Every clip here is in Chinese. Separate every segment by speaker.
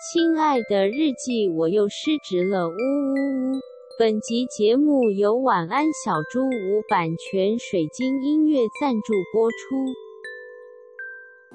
Speaker 1: 亲爱的日记，我又失职了，呜呜呜！本集节目由晚安小猪屋版权水晶音乐赞助播出。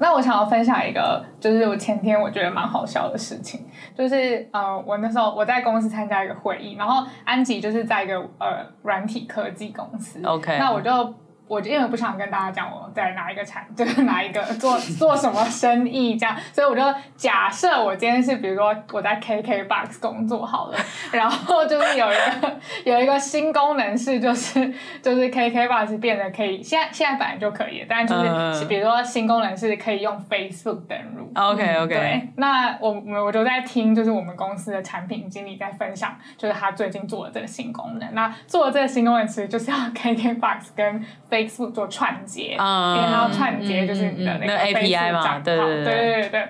Speaker 2: 那我想要分享一个，就是我前天我觉得蛮好笑的事情，就是呃，我那时候我在公司参加一个会议，然后安吉就是在一个呃软体科技公司
Speaker 3: OK
Speaker 2: 那我就我就因为不想跟大家讲我在哪一个产， 就是哪一个做做什么生意这样，所以我就假设我今天是比如说我在 KKBOX 工作好了，然后就是有一个有一个新功能是就是就是 KKBOX 变得可以，现在现在本来就可以，但就
Speaker 3: 嗯
Speaker 2: 是
Speaker 3: 嗯
Speaker 2: 比如说新功能是可以用 Facebook 登录。
Speaker 3: 哦 OK OK，
Speaker 2: 嗯对，那我我我就在听，就是我们公司的产品经理在分享，就是他最近做的这个新功能。那做的这个新功能其实就是要 KKBox 跟 Facebook 做串接，
Speaker 3: 嗯
Speaker 2: 因为它要串接就是你的
Speaker 3: 嗯嗯嗯那
Speaker 2: 个
Speaker 3: API 嘛
Speaker 2: Facebook 账号
Speaker 3: 对对对
Speaker 2: 对对对对。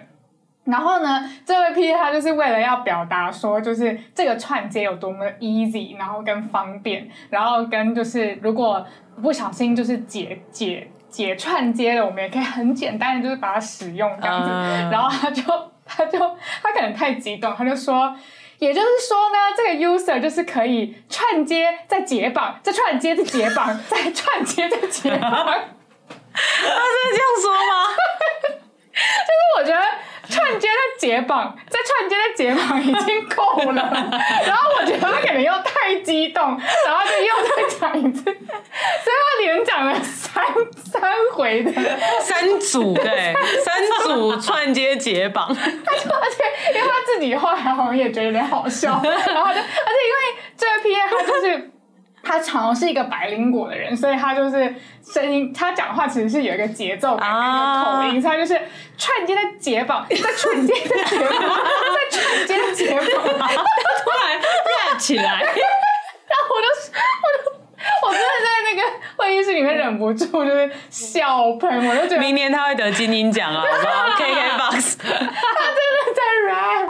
Speaker 2: 然后呢，这位 P 他就是为了要表达说，就是这个串接有多么 easy，然后跟方便，然后跟就是如果不小心就是解解解串接了，我们也可以很简单的就是把它使用这样子。
Speaker 3: 嗯
Speaker 2: 然后他就他就他可能太激动，他就说。也就是说呢，这个 user 就是可以串接再解绑，再串接再解绑，再串接再解 绑。
Speaker 3: 他真的这样说吗？
Speaker 2: 我觉得串接的解绑，在串接的解绑已经够了，然后我觉得他可能又太激动，然后就又再讲一次，所以他连讲了三三回的，
Speaker 3: 三组对，三组串接解绑，
Speaker 2: 而且因为他自己后来好像也觉得有点好笑，然后他就，而且因为这个 P A 他就是。他好像是一个百灵果的人，所以他就是声音，他讲话其实是有一个节奏感、跟一个口音，所以他就是串接的解绑，再串接的解绑，再串接的解绑，
Speaker 3: 突然 rap 起来，
Speaker 2: 然后我就我就我真的在那个会议室里面忍不住就是笑喷，我就觉得
Speaker 3: 明年他会得金鹰奖啊，好 不好？KKBOX
Speaker 2: 他真的在 rap。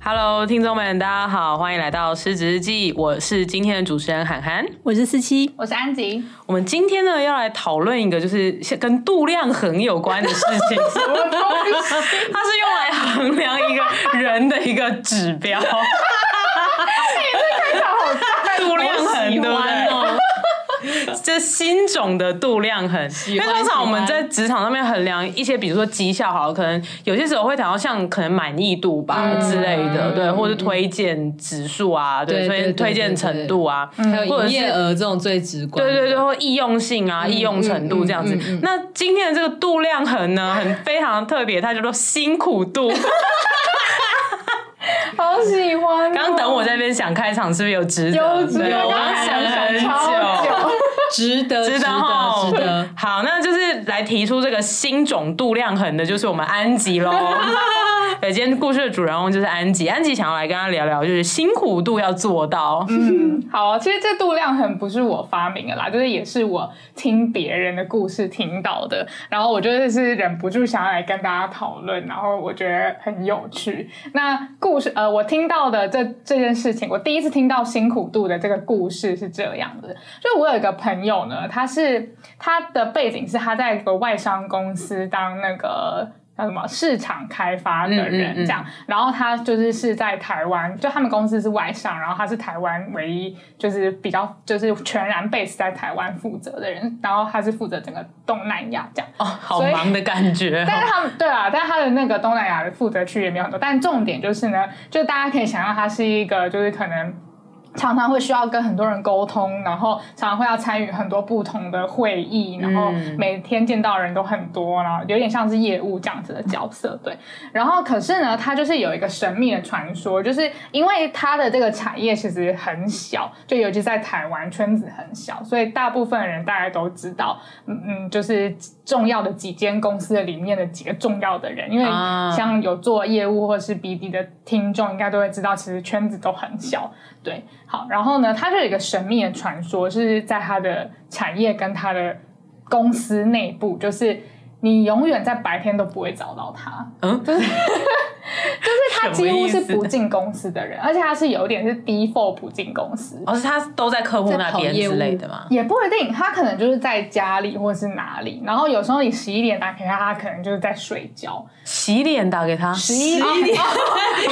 Speaker 3: Hello，听众们，大家好，欢迎来到《失职日记》，我是今天的主持人涵涵。
Speaker 4: 我是思琪，
Speaker 2: 我是安吉，
Speaker 3: 我们今天呢要来讨论一个就是跟度量衡有关的事情， 它是用来衡量一个人的一个指标，
Speaker 2: 非常好赞，
Speaker 3: 度量衡 对不对？
Speaker 4: 哦，
Speaker 3: 这新种的度量衡，因为
Speaker 4: 欢
Speaker 3: 通常我们
Speaker 4: 喜
Speaker 3: 在
Speaker 4: 欢
Speaker 3: 职场上面衡量一些，比如说绩效，好了，可能有些时候会谈到像可能满意度吧、之类的，对，或者是推荐指数啊，嗯对，
Speaker 4: 对
Speaker 3: 推
Speaker 4: 对对
Speaker 3: 推荐
Speaker 4: 对对
Speaker 3: 程度啊，
Speaker 4: 还
Speaker 3: 或
Speaker 4: 有
Speaker 3: 者
Speaker 4: 营
Speaker 3: 是
Speaker 4: 业额这种最直观的，
Speaker 3: 对对对，或易用性啊、易用程度这样子。那今天的这个度量衡呢，很非常特别，它叫做辛苦度。
Speaker 2: 好喜欢、
Speaker 3: 刚刚等我在那边想开场，是不是有值得？
Speaker 2: 优质，
Speaker 3: 对我
Speaker 2: 刚
Speaker 3: 刚
Speaker 2: 刚
Speaker 3: 想
Speaker 2: 想
Speaker 3: 了
Speaker 2: 想
Speaker 3: 很
Speaker 2: 超
Speaker 3: 久。
Speaker 2: 久，
Speaker 4: 值得，
Speaker 3: 值
Speaker 4: 值得，值
Speaker 3: 得哈，
Speaker 4: 得，值得。
Speaker 3: 好，那就是来提出这个新种度量衡的，就是我们安吉 喽。对，今天故事的主人翁就是安吉，安吉想要来跟他聊聊，就是辛苦度要做到。
Speaker 2: 嗯，好，其实这度量衡不是我发明的啦，就是也是我听别人的故事听到的，然后我就是忍不住想要来跟大家讨论，然后我觉得很有趣。那故事呃，我听到的这这件事情，我第一次听到辛苦度的这个故事是这样的，就我有一个朋友呢，他是他的背景是他在一个外商公司当那个。叫什么市场开发的人
Speaker 3: 嗯嗯嗯
Speaker 2: 这样，然后他就是是在台湾，就他们公司是外商，然后他是台湾唯一就是比较就是全然 base 在台湾负责的人，然后他是负责整个东南亚这样。
Speaker 3: 哦，好
Speaker 2: 所以
Speaker 3: 忙的感觉哦。
Speaker 2: 但是他们对啊，但他的那个东南亚的负责区也没有很多，但重点就是呢，就大家可以想象它是一个就是可能。常常会需要跟很多人沟通，然后常常会要参与很多不同的会议，然后每天见到人都很多，然后有点像是业务这样子的角色，对。然后可是呢，它就是有一个神秘的传说，就是因为它的这个产业其实很小，就尤其在台湾圈子很小，所以大部分人大概都知道，嗯嗯，就是重要的几间公司的里面的几个重要的人，因为
Speaker 3: 啊
Speaker 2: 像有做业务或是 BD 的听众，应该都会知道，其实圈子都很小，对。好，然后呢，它就有一个神秘的传说，是在它的产业跟它的公司内部，就是你永远在白天都不会找到他，
Speaker 3: 嗯
Speaker 2: 就是就是他几乎是
Speaker 3: 什么
Speaker 2: 不
Speaker 3: 意思
Speaker 2: 进公司的人，而且他是有点是 default 不进公司，
Speaker 3: 哦，是他都在客户那边
Speaker 4: 在跑业务
Speaker 3: 之类的吗？
Speaker 2: 也不一定，他可能就是在家里或是哪里，然后有时候你十一点打给他，他可能就是在睡觉，
Speaker 3: 洗脸打给他，哦
Speaker 2: 十一点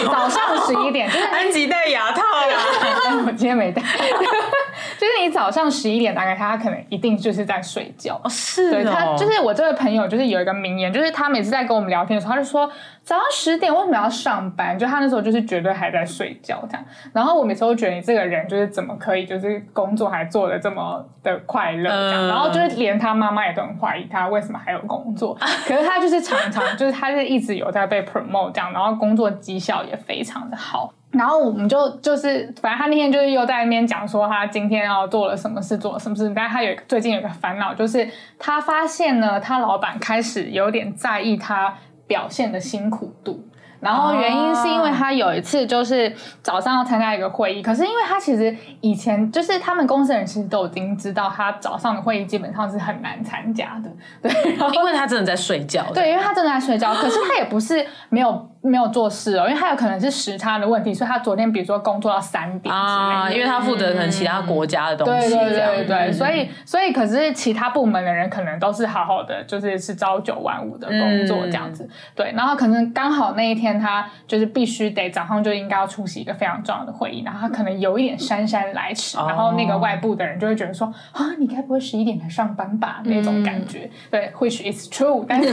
Speaker 2: 早上十一 点，就是
Speaker 3: 安吉戴牙套啦，
Speaker 2: 我今天没带， 就是你早上十一点打给他，他可能一定就是在睡觉。
Speaker 3: 哦，是
Speaker 2: 对他
Speaker 3: 哦，
Speaker 2: 就是我这位朋友，就是有一个名言，就是他每次在跟我们聊天的时候，他就说早上十点为什么要上班？就他那时候就是绝对还在睡觉这样。然后我每次都觉得你这个人就是怎么可以就是工作还做的这么的快乐这样，
Speaker 3: 嗯
Speaker 2: 然后就是连他妈妈也都很怀疑他为什么还有工作。可是他就是常常就是他是一直有在被 promote 这样，然后工作绩效也非常的好。然后我们就就是，反正他那天就是又在那边讲说他今天要做了什么事，做了什么事。但是他有一个最近有一个烦恼，就是他发现呢，他老板开始有点在意他表现的辛苦度。然后原因是因为他有一次就是早上要参加一个会议，可是因为他其实以前就是他们公司的人其实都已经知道他早上的会议基本上是很难参加的，对，然后
Speaker 3: 因为他真的在睡 觉，
Speaker 2: 对，因为他正在睡觉，可是他也不 是没有没有做事哦，因为他有可能是时差的问题，所以他昨天比如说工作到三点之类的
Speaker 3: 啊，因为他负责可能其他国家的东
Speaker 2: 对
Speaker 3: 西，
Speaker 2: 对
Speaker 3: 这样嗯
Speaker 2: 对对对，所以所以可是其他部门的人可能都是好好的，就是是朝九晚五的工
Speaker 3: 嗯
Speaker 2: 作这样子。对，然后可能刚好那一天他就是必须得早上就应该要出席一个非常重要的会议，然后他可能有一点姗姗来迟，
Speaker 3: 哦
Speaker 2: 然后那个外部的人就会觉得说啊，你该不会十一点才上班吧那
Speaker 3: 嗯
Speaker 2: 种感觉。对，which is true，但 是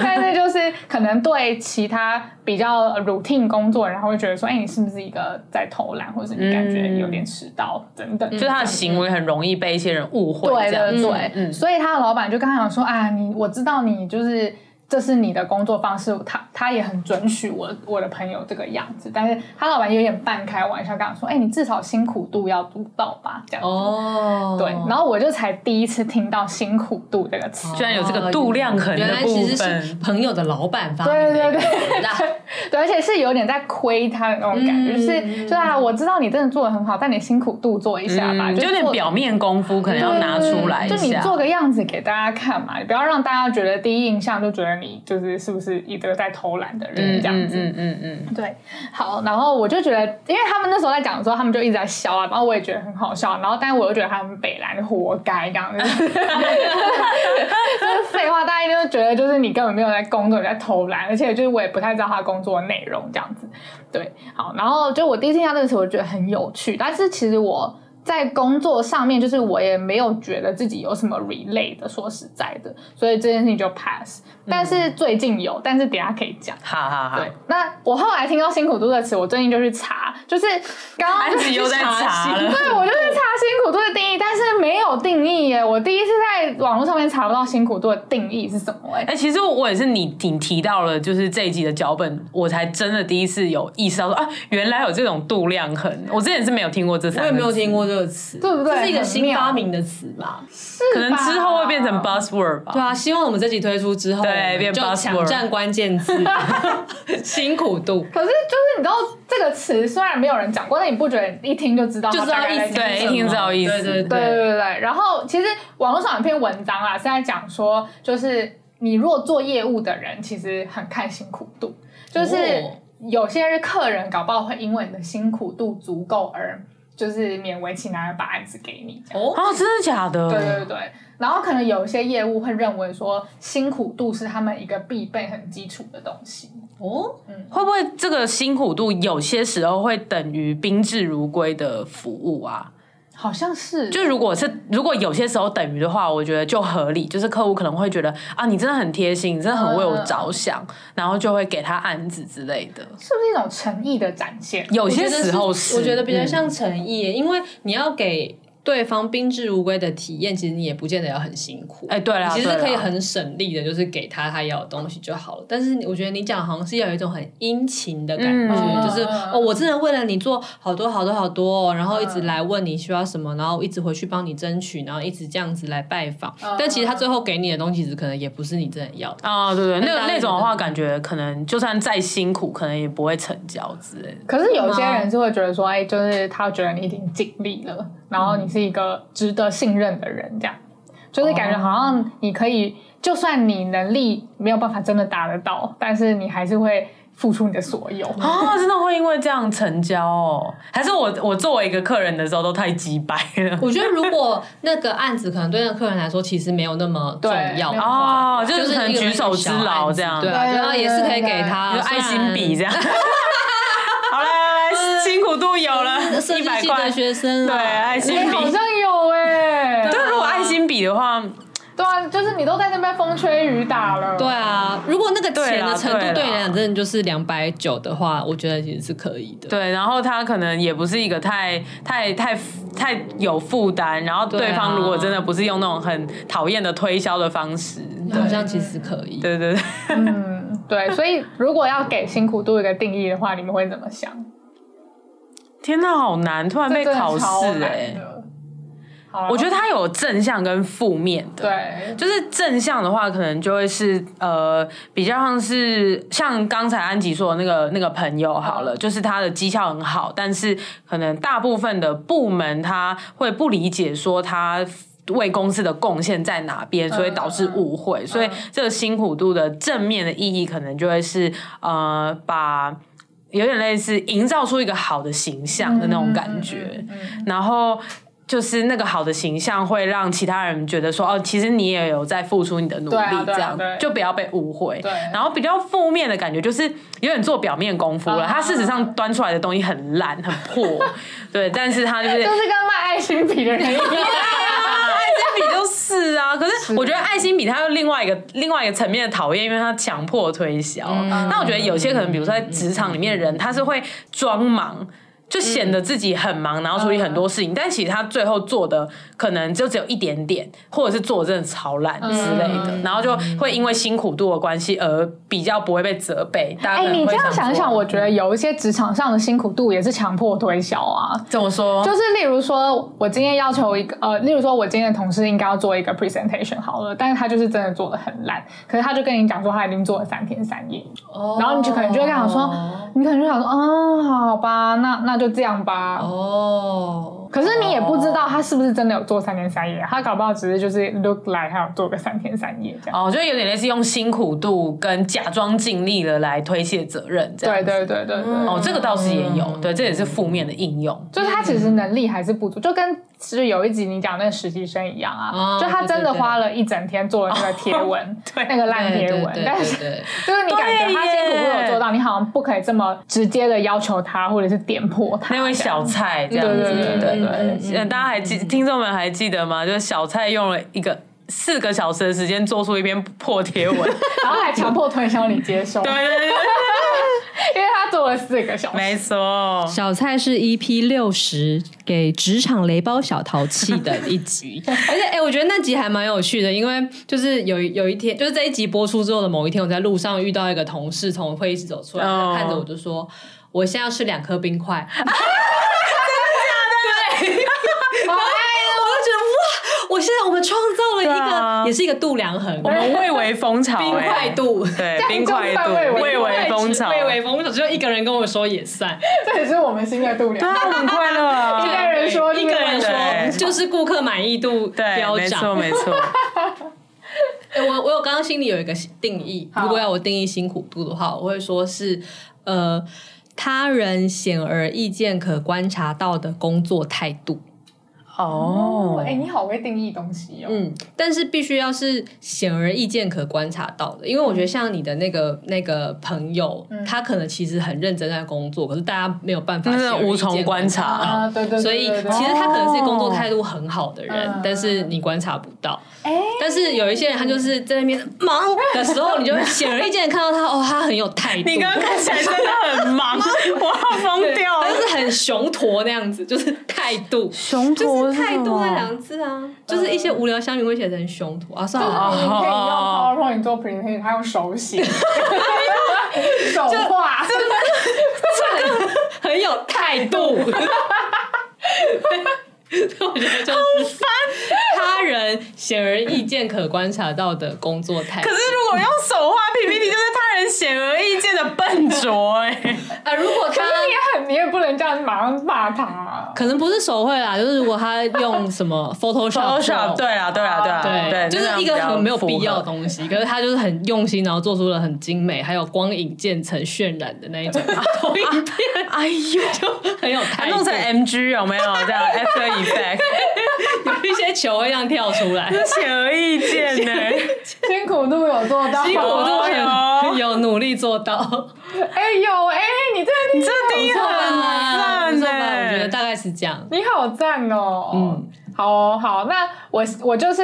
Speaker 2: 但是就是可能对其他比较 routine 工作，然后会觉得说，哎、你是不是一个在偷懒，或者是你感觉有点迟到、等等，
Speaker 3: 嗯就是他的行为很容易被一些人误会，
Speaker 2: 对
Speaker 3: 这样
Speaker 2: 对
Speaker 3: 子
Speaker 2: 对，
Speaker 3: 嗯
Speaker 2: 所以他的老板就跟他讲说啊，你我知道你就是。这是你的工作方式，他他也很准许我我的朋友这个样子，但是他老板有点半开玩笑跟他说：“哎、你至少辛苦度要读到吧？”这样子。
Speaker 4: 哦，
Speaker 2: 对，然后我就才第一次听到“辛苦度”这个词。
Speaker 3: 居然有这个度量衡
Speaker 4: 哦原
Speaker 3: 的
Speaker 4: 来
Speaker 3: 部
Speaker 4: 其实是
Speaker 3: 分，
Speaker 4: 朋友的老板发明
Speaker 2: 对
Speaker 4: 的
Speaker 2: 对
Speaker 4: 一
Speaker 2: 对
Speaker 4: 个词啦，
Speaker 2: 对，而且是有点在亏他的那种感觉，
Speaker 3: 嗯
Speaker 2: 就是就是啊，我知道你真的做的很好，但你辛苦度做一下吧，
Speaker 3: 嗯，就有点
Speaker 2: 做
Speaker 3: 表面功夫，可能要拿出来一
Speaker 2: 就你
Speaker 3: 下。
Speaker 2: 做个样子给大家看嘛，你不要让大家觉得第一印象就觉得你就是是不是一个在偷懒的人
Speaker 3: 嗯
Speaker 2: 这样子。
Speaker 3: 嗯嗯嗯嗯，
Speaker 2: 对，好，然后我就觉得，因为他们那时候在讲的时候，他们就一直在笑啊，然后我也觉得很好笑，然后但是我又觉得他们北蓝活该这样子， 就是废话，大家一定都觉得就是你根本没有在工作，你在偷懒，而且就是我也不太知道他工作的内容这样子，对，好，然后就我第一次听到这个词，我觉得很有趣，但是其实我。在工作上面，就是我也没有觉得自己有什么 relay 的，说实在的，所以这件事情就 pass。但是最近有，但是等一下可以讲。
Speaker 3: 好好好
Speaker 2: 对，，那我后来听到辛苦度的词，我最近就去查，就是刚刚
Speaker 3: 安吉又在查了，
Speaker 2: 对我就去查辛苦度的定义，但是没有定义耶。我第一次在网络上面查不到辛苦度的定义是什么哎、
Speaker 3: 哎、其实我也是你你提到了，就是这一集的脚本，我才真的第一次有意识到说啊，原来有这种度量衡。我之前是没有听过这三
Speaker 4: 我
Speaker 3: 个，
Speaker 4: 也没有，听过这个词，
Speaker 2: 对不对
Speaker 4: 这是一个
Speaker 2: 很
Speaker 4: 新
Speaker 2: 妙
Speaker 4: 发明的词吧？
Speaker 3: 可能之后会变成 buzzword 吧。
Speaker 4: 对啊，希望我们这集推出之后，
Speaker 3: 对
Speaker 4: 我们
Speaker 3: 变
Speaker 4: 就
Speaker 3: buzzword
Speaker 4: 抢占关 键字，辛苦度。
Speaker 2: 可是就是你知道这个词虽然没有人讲过，但你不觉得一听就知道
Speaker 4: 就
Speaker 2: 它
Speaker 4: 知道
Speaker 2: 大概
Speaker 4: 意
Speaker 2: 在
Speaker 4: 思，
Speaker 2: 讲
Speaker 3: 对
Speaker 2: 什
Speaker 3: 一
Speaker 2: 么
Speaker 3: 听知道意思
Speaker 4: 对
Speaker 2: 对
Speaker 4: 对
Speaker 2: 对对对。然后其实网络上有一篇文章啊，是在讲说，就是你如果做业务的人，其实很看辛苦度，就是
Speaker 4: 哦
Speaker 2: 有些客人搞不好会因为你的辛苦度足够而就是勉为其难的把案子给你。
Speaker 4: 哦，
Speaker 3: 啊，真的假的？
Speaker 2: 对对对。然后可能有一些业务会认为说，辛苦度是他们一个必备、很基础的东西。
Speaker 4: 哦，
Speaker 3: 会不会这个辛苦度有些时候会等于宾至如归的服务啊？
Speaker 2: 好像是，
Speaker 3: 就如果是如果有些时候等于的话，我觉得就合理，就是客户可能会觉得啊，你真的很贴心，你真的很为我着想，
Speaker 4: 嗯
Speaker 3: 然后就会给他案子之类的。
Speaker 2: 是不是一种诚意的展现？啊
Speaker 3: 有些
Speaker 4: 我觉得
Speaker 3: 时候
Speaker 4: 是，
Speaker 3: 是，
Speaker 4: 我觉得比较
Speaker 3: 嗯
Speaker 4: 像诚意耶，因为你要给对方宾至如归的体验，其实你也不见得要很辛苦。
Speaker 3: 哎对啦
Speaker 4: 你其实
Speaker 3: 对啦
Speaker 4: 可以很省力的，就是给他他要的东西就好了。但是我觉得你讲好像是要有一种很殷勤的感觉，
Speaker 2: 嗯
Speaker 4: 就是
Speaker 2: 嗯
Speaker 4: 哦，我真的为了你做好多好多好多哦，然后一直
Speaker 2: 嗯
Speaker 4: 来问你需要什么，然后一直回去帮你争取，然后一直这样子来拜访。
Speaker 2: 嗯
Speaker 4: 但其实他最后给你的东西，其实可能也不是你真的要 的。
Speaker 3: 啊，对对，那
Speaker 4: 大
Speaker 3: 个
Speaker 4: 家
Speaker 3: 那
Speaker 4: 觉
Speaker 3: 种的
Speaker 4: 得
Speaker 3: 话，感觉可能就算再辛苦，可能也不会成交之类的。
Speaker 2: 可是有些人是会觉得说，哎，就是他觉得你已经尽力了，然后你是一个值得信任的人，这样，就是感觉好像你可以，就算你能力没有办法真的达得到，但是你还是会付出你的所 有。
Speaker 3: 啊，真的会因为这样成交哦？还是我我作为一个客人的时候都太鸡掰了？
Speaker 4: 我觉得如果那个案子可能对那个客人来说，其实没有那么重
Speaker 2: 对
Speaker 4: 要
Speaker 2: 没
Speaker 4: 的
Speaker 2: 有
Speaker 4: 话
Speaker 3: 哦，
Speaker 4: 就是
Speaker 3: 是可能
Speaker 4: 一个
Speaker 3: 举手之劳这样，
Speaker 4: 对
Speaker 3: 就
Speaker 4: 啊，
Speaker 2: 对
Speaker 4: 然后也是可以给他
Speaker 3: 爱心笔。这样。 好啦，辛苦度有了
Speaker 4: 虽
Speaker 3: 一
Speaker 4: 然呃
Speaker 3: 百
Speaker 4: 嗯设计系的
Speaker 3: 块，
Speaker 4: 学生啊
Speaker 3: 对，啊
Speaker 4: 啦
Speaker 3: 爱心
Speaker 2: 哎
Speaker 3: 笔。
Speaker 2: 好像有哎、
Speaker 3: 就如果爱心笔的话，
Speaker 2: 对啊，就是你都在那边风吹雨打了，
Speaker 4: 对啊，如果那个
Speaker 3: 对
Speaker 4: 钱
Speaker 3: 啦
Speaker 4: 的程度
Speaker 3: 对啦啊
Speaker 4: 对你来讲真的就是两百九的话，我觉得其实是可以的。
Speaker 3: 对，然后他可能也不是一个太太太太有负担，然后对
Speaker 4: 对啊
Speaker 3: 方如果真的不是用那种很讨厌的推销的方式，
Speaker 4: 好像其实可以。
Speaker 3: 对对对，
Speaker 2: 嗯，对，所以如果要给辛苦度一个定义的话，你们会怎么想？
Speaker 3: 天哪，好难，突然被
Speaker 2: 这真的
Speaker 3: 考
Speaker 2: 超
Speaker 3: 试哎、
Speaker 2: 难的好啊
Speaker 3: 我觉得它有正向跟负面的，
Speaker 2: 对，
Speaker 3: 就是正向的话，可能就会是呃，比较像是像刚才安吉说的那个那个朋友好了，就是他的绩效很好，但是可能大部分的部门他会不理解说他。为公司的贡献在哪边，所以导致误会，所以这个辛苦度的正面的意义，可能就会是呃，把有点类似营造出一个好的形象的那种感
Speaker 2: 嗯
Speaker 3: 觉。然后就是那个好的形象会让其他人觉得说，哦，其实你也有在付出你的努力，
Speaker 2: 对啊对啊
Speaker 3: 这样
Speaker 2: 对
Speaker 3: 就不要被误会。
Speaker 2: 对
Speaker 3: 然后比较负面的感觉就是有点做表面功夫了，
Speaker 2: 啊
Speaker 3: 他事实上端出来的东西很烂很 破，对，但是他就是。
Speaker 2: 就是跟卖爱心笔的人一样。
Speaker 3: 爱心笔就是 啊，可是我觉得爱心笔它有另外一个另外一个层面的讨厌，因为它强迫推销。
Speaker 2: 嗯
Speaker 3: 那我觉得有些可能，比如说在职场里面的人，他是会装忙。就显得自己很忙，然后处理很多
Speaker 2: 嗯
Speaker 3: 事情，但其实他最后做的可能就只有一点点，或者是做的真的超烂
Speaker 2: 嗯
Speaker 3: 之类的，然后就会因为辛苦度的关系而比较不会被责备。大家
Speaker 2: 哎，
Speaker 3: 可能
Speaker 2: 你
Speaker 3: 会
Speaker 2: 这样想一想，
Speaker 3: 说
Speaker 2: 我觉得有一些职场上的辛苦度也是强迫推销啊。
Speaker 3: 怎么说？
Speaker 2: 就是例如说，我今天要求一个呃，例如说我今天的同事应该要做一个 presentation 好了，但是他就是真的做的很烂，可是他就跟你讲说他已经做了三天三夜，
Speaker 4: 哦
Speaker 2: 然后你就可能就会跟他说，你可能就想说，嗯，好吧，那那就这样吧。
Speaker 4: 哦，
Speaker 2: 可是你也不知道他是不是真的有做三天三夜，他搞不好只是就是 look like 他有做个三天三夜这样。
Speaker 3: 哦，就有点类似用辛苦度跟假装尽力了来推卸责任，这样
Speaker 2: 对
Speaker 3: 子
Speaker 2: 对对对对，
Speaker 3: 哦，这个倒是也有，对，这也是负面的应用。
Speaker 2: 就是他其实能力还是不足，就跟就是有一集你讲那个实习生一样啊，
Speaker 4: 哦
Speaker 2: 就他真的
Speaker 4: 对对对
Speaker 2: 花了一整天做了那个贴文，那个烂
Speaker 4: 对
Speaker 2: 贴
Speaker 4: 对
Speaker 2: 文，
Speaker 4: 对
Speaker 2: 但
Speaker 4: 对
Speaker 2: 是。
Speaker 4: 对，
Speaker 2: 就是你感觉他
Speaker 3: 对耶
Speaker 2: 辛苦不有做到，你好像不可以这么直接的要求他，或者是点破他。
Speaker 3: 那位小蔡这
Speaker 2: 对
Speaker 3: 样
Speaker 2: 对
Speaker 3: 子，
Speaker 2: 对对对对，
Speaker 3: 呃大家还记听众们还记得吗？就是小蔡用了一个四个小时的时间做出一篇破贴文，
Speaker 2: 然后还强迫推销你接受，因
Speaker 3: 对
Speaker 2: 为
Speaker 3: 对对对，
Speaker 2: 他做了四个小时。
Speaker 3: 没错。
Speaker 5: 小蔡是 EP 六十给职场雷包小淘气的一 集，
Speaker 4: 而且哎、欸我觉得那集还蛮有趣的，因为就是有一有一天，就是这一集播出之后的某一天，我在路上遇到一个同事从会议室走出来，
Speaker 3: 哦
Speaker 4: 他看着我就说：“我现在要吃两颗冰块。”真的假的？对，然后我就觉得哇，我现在我们创造了一
Speaker 3: 对
Speaker 4: 个，
Speaker 3: 啊
Speaker 4: 也是一个度量衡，
Speaker 3: 我们蔚为风潮、
Speaker 4: 冰块
Speaker 3: 哎
Speaker 4: 度。
Speaker 3: 对，
Speaker 2: 样
Speaker 3: 冰块
Speaker 2: 就算蔚
Speaker 3: 度，
Speaker 2: 为
Speaker 3: 蔚为风潮，
Speaker 4: 蔚为风潮，只有一个人跟我说也算，
Speaker 2: 这也是我们新的度
Speaker 3: 对
Speaker 2: 量。
Speaker 3: 啊，我很快 乐啊，
Speaker 2: 一个人说，
Speaker 4: 一个人
Speaker 3: 对
Speaker 4: 说就是顾客满意度
Speaker 3: 对，
Speaker 4: 飙
Speaker 3: 没
Speaker 4: 涨
Speaker 3: 错，没错。
Speaker 4: 欸我我有刚刚心里有一个定义，
Speaker 2: 好
Speaker 4: 如果要我定义辛苦度的话，我会说是呃，他人显而易见可观察到的工作态度。
Speaker 3: 哦
Speaker 2: 哎、，你好会定义东西哦。
Speaker 4: 嗯，但是必须要是显而易见可观察到的，因为我觉得像你的那个那个朋友，他可能其实很认真在工作，可是大家没有办法
Speaker 3: 那
Speaker 4: 显而
Speaker 3: 是无
Speaker 4: 易见
Speaker 3: 从观察。
Speaker 2: 啊，对对对
Speaker 4: 所以
Speaker 2: 对对
Speaker 4: 其实他可能是工作
Speaker 3: 哦
Speaker 4: 态度很好的人，
Speaker 2: 嗯
Speaker 4: 但是你观察不到。
Speaker 2: 哎
Speaker 4: 但是有一些人，他就是在那边忙的时候，你就会显而易见地看到他，哦，他很有态度，
Speaker 3: 你刚刚看起来真的很忙，我要疯掉
Speaker 4: 他
Speaker 3: 了。
Speaker 4: 就是很雄驼那样子，就是态度。
Speaker 3: 熊
Speaker 4: 就
Speaker 3: 驼
Speaker 4: 是态
Speaker 3: 什
Speaker 4: 度
Speaker 3: 么
Speaker 4: 那两个字啊，就是一些无聊乡民会写成雄驼啊，算
Speaker 2: 就是
Speaker 4: 了，
Speaker 2: 你可以用
Speaker 3: 哦
Speaker 2: PowerPoint 做 presentation，他用手写，手 画，
Speaker 4: 很有态度。 我觉得就是他人显而易见可观察到的工作态度
Speaker 3: 可。是如果用手画 PPT，就是他人显而易见的笨拙 哎、
Speaker 4: 啊，如果他
Speaker 2: 可是你也很，你也不能这样马上骂他啊。
Speaker 4: 可能不是手绘啦， 就是如果他用什么 Photoshop，
Speaker 3: Photoshop 对啊对啊对啊
Speaker 4: 对
Speaker 3: 对，
Speaker 4: 就是一个很没有必要的
Speaker 3: 的。
Speaker 4: 东西，可是他就是很用心，然后做出了很精美，还有光影渐层渲染的 那一种投影片，
Speaker 3: 哎呦，
Speaker 4: 就很有
Speaker 3: 还
Speaker 4: 态
Speaker 3: 哎
Speaker 4: 度，
Speaker 3: 弄成 MG 有没有这样 After Effect？
Speaker 4: 有一些球会这样跳 出来，
Speaker 3: 显而易见 呢、
Speaker 2: 辛苦度有做到，
Speaker 4: 辛苦都
Speaker 3: 哎
Speaker 4: 很
Speaker 3: 呦
Speaker 4: 有努力做到，
Speaker 2: 哎呦哎，你这个地
Speaker 3: 这
Speaker 2: 方
Speaker 3: 地
Speaker 2: 不错
Speaker 3: 很
Speaker 4: 啊不
Speaker 3: 赞
Speaker 4: 错
Speaker 3: 呢、
Speaker 4: 吧？我觉得大概是这样。
Speaker 2: 你好赞哦！嗯，好哦，好，那我我就是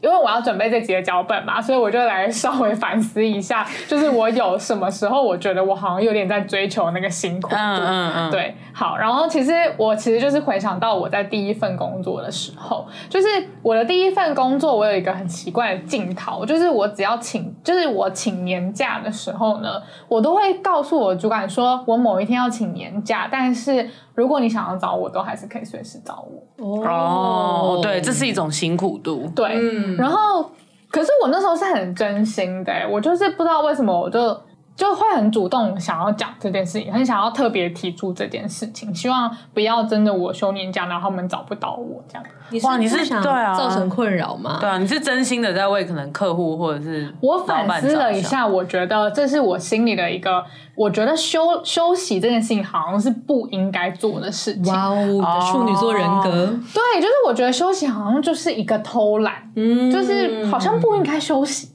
Speaker 2: 因为我要准备这几个脚本嘛，所以我就来稍微反思一下，就是我有什么时候我觉得我好像有点在追求那个辛苦度，
Speaker 3: 嗯嗯嗯
Speaker 2: 对，好，然后其实我其实就是回想到我在第一份工作的时候，就是我的第一份工作，我有一个很奇怪的镜头，就是我只要请，就是我请年假的时候呢，我都会告诉我主管说我某一天要请年假，但是如果你想要找我，都还是可以随时找我。
Speaker 3: 哦，对，这是一种辛苦度。
Speaker 2: 对，
Speaker 4: 嗯
Speaker 2: 然后可是我那时候是很真心的欸、我就是不知道为什么我就。就会很主动想要讲这件事情，很想要特别提出这件事情，希望不要真的我休年假，然后他们找不到我这样。
Speaker 3: 哇你是
Speaker 4: 不想
Speaker 3: 对啊
Speaker 4: 造成困扰吗？
Speaker 3: 对啊，你是真心的在为可能客户或者是
Speaker 2: 我
Speaker 3: 老
Speaker 2: 反
Speaker 3: 板
Speaker 2: 思了
Speaker 3: 着
Speaker 2: 一
Speaker 3: 想，
Speaker 2: 下，我觉得这是我心里的一个，我觉得休休息这件事情好像是不应该做的事情。
Speaker 4: 哇哦，你的处女座人
Speaker 3: 哦
Speaker 4: 格，
Speaker 2: 对，就是我觉得休息好像就是一个偷懒，
Speaker 4: 嗯
Speaker 2: 就是好像不应该休息，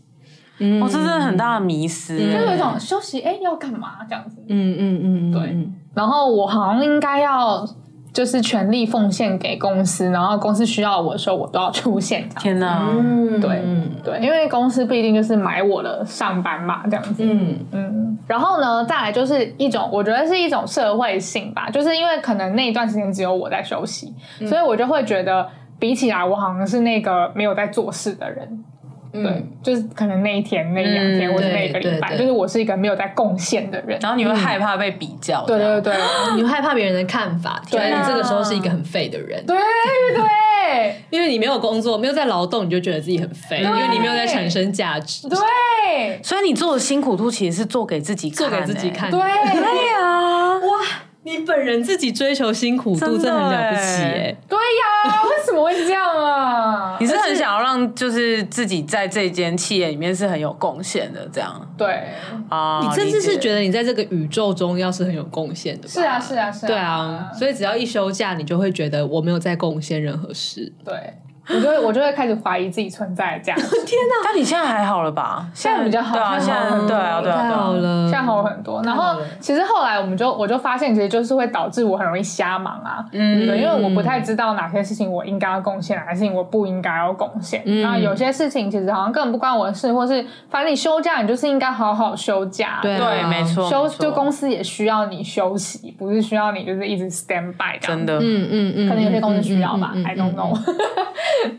Speaker 3: 哦，这真的很大的迷失欸、
Speaker 2: 就有一种休息哎要干嘛这样子。
Speaker 4: 嗯嗯嗯，嗯
Speaker 2: 对，然后我好像应该要就是全力奉献给公司，然后公司需要我的时候我都要出现这样。
Speaker 3: 天哪！
Speaker 4: 嗯，
Speaker 2: 对对，因为公司不一定就是买我的上班嘛，这样子。
Speaker 4: 嗯，
Speaker 2: 嗯，然后呢，再来就是一种，我觉得是一种社会性吧，就是因为可能那一段时间只有我在休息，
Speaker 3: 嗯
Speaker 2: 所以我就会觉得比起来，我好像是那个没有在做事的人。对，就是可能那一天、那一两天、
Speaker 3: 嗯
Speaker 2: 或者那一个
Speaker 4: 对
Speaker 2: 礼拜，
Speaker 4: 对
Speaker 2: 就是我是一个没有在贡献的人。
Speaker 3: 然后你会害怕被比较，
Speaker 2: 对对对
Speaker 4: 你会害怕别人的看法，觉得
Speaker 2: 对啊
Speaker 4: 你这个时候是一个很废的人，
Speaker 2: 对对
Speaker 4: 因为你没有工作，没有在劳动，你就觉得自己很废，因为你没有在产生价值，
Speaker 2: 对
Speaker 3: 所以你做的辛苦度其实是做给自己看、啊
Speaker 4: 做给自己。看。
Speaker 2: 对，对呀、
Speaker 4: 你本人自己追求辛苦度，
Speaker 3: 真的
Speaker 4: 真的很了不起
Speaker 3: 欸
Speaker 4: 哎。
Speaker 2: 对呀、为什么会这样啊？
Speaker 3: 你是很想要让就是自己在这间企业里面是很有贡献的，这样
Speaker 2: 对，
Speaker 3: 啊？
Speaker 4: 你甚至是觉
Speaker 3: 得
Speaker 4: 得你在这个宇宙中要是很有贡献的吧？
Speaker 2: 是啊，是啊，是啊，
Speaker 4: 对啊，所以只要一休假，你就会觉得我没有在贡献任何事。
Speaker 2: 对，我就会我就会开始怀疑自己存在的价值。
Speaker 3: 但你现在还好了吧？现
Speaker 2: 在比较好
Speaker 3: 对啊，现
Speaker 2: 现在好
Speaker 3: 在
Speaker 2: 很多
Speaker 3: 对啊，对啊，
Speaker 4: 太
Speaker 3: 对啊
Speaker 4: 好。了，
Speaker 2: 现在好很多。然后其实后来我们就我就发现，其实就是会导致我很容易瞎忙啊，嗯，对，因为我不太知道哪些事情我应该要贡献，哪些事情我不应该要贡献。那有些事情其实好像根本不关我的事，或是反正你休假，你就是应该好好休假，
Speaker 4: 对啊
Speaker 3: 对，没错，
Speaker 2: 休
Speaker 3: 没错
Speaker 2: 就公司也需要你休息，不是需要你就是一直 stand by 这样
Speaker 3: 真的，
Speaker 4: 嗯嗯嗯，
Speaker 2: 可能有些公司需要吧、
Speaker 4: 嗯嗯嗯嗯
Speaker 2: i don't know。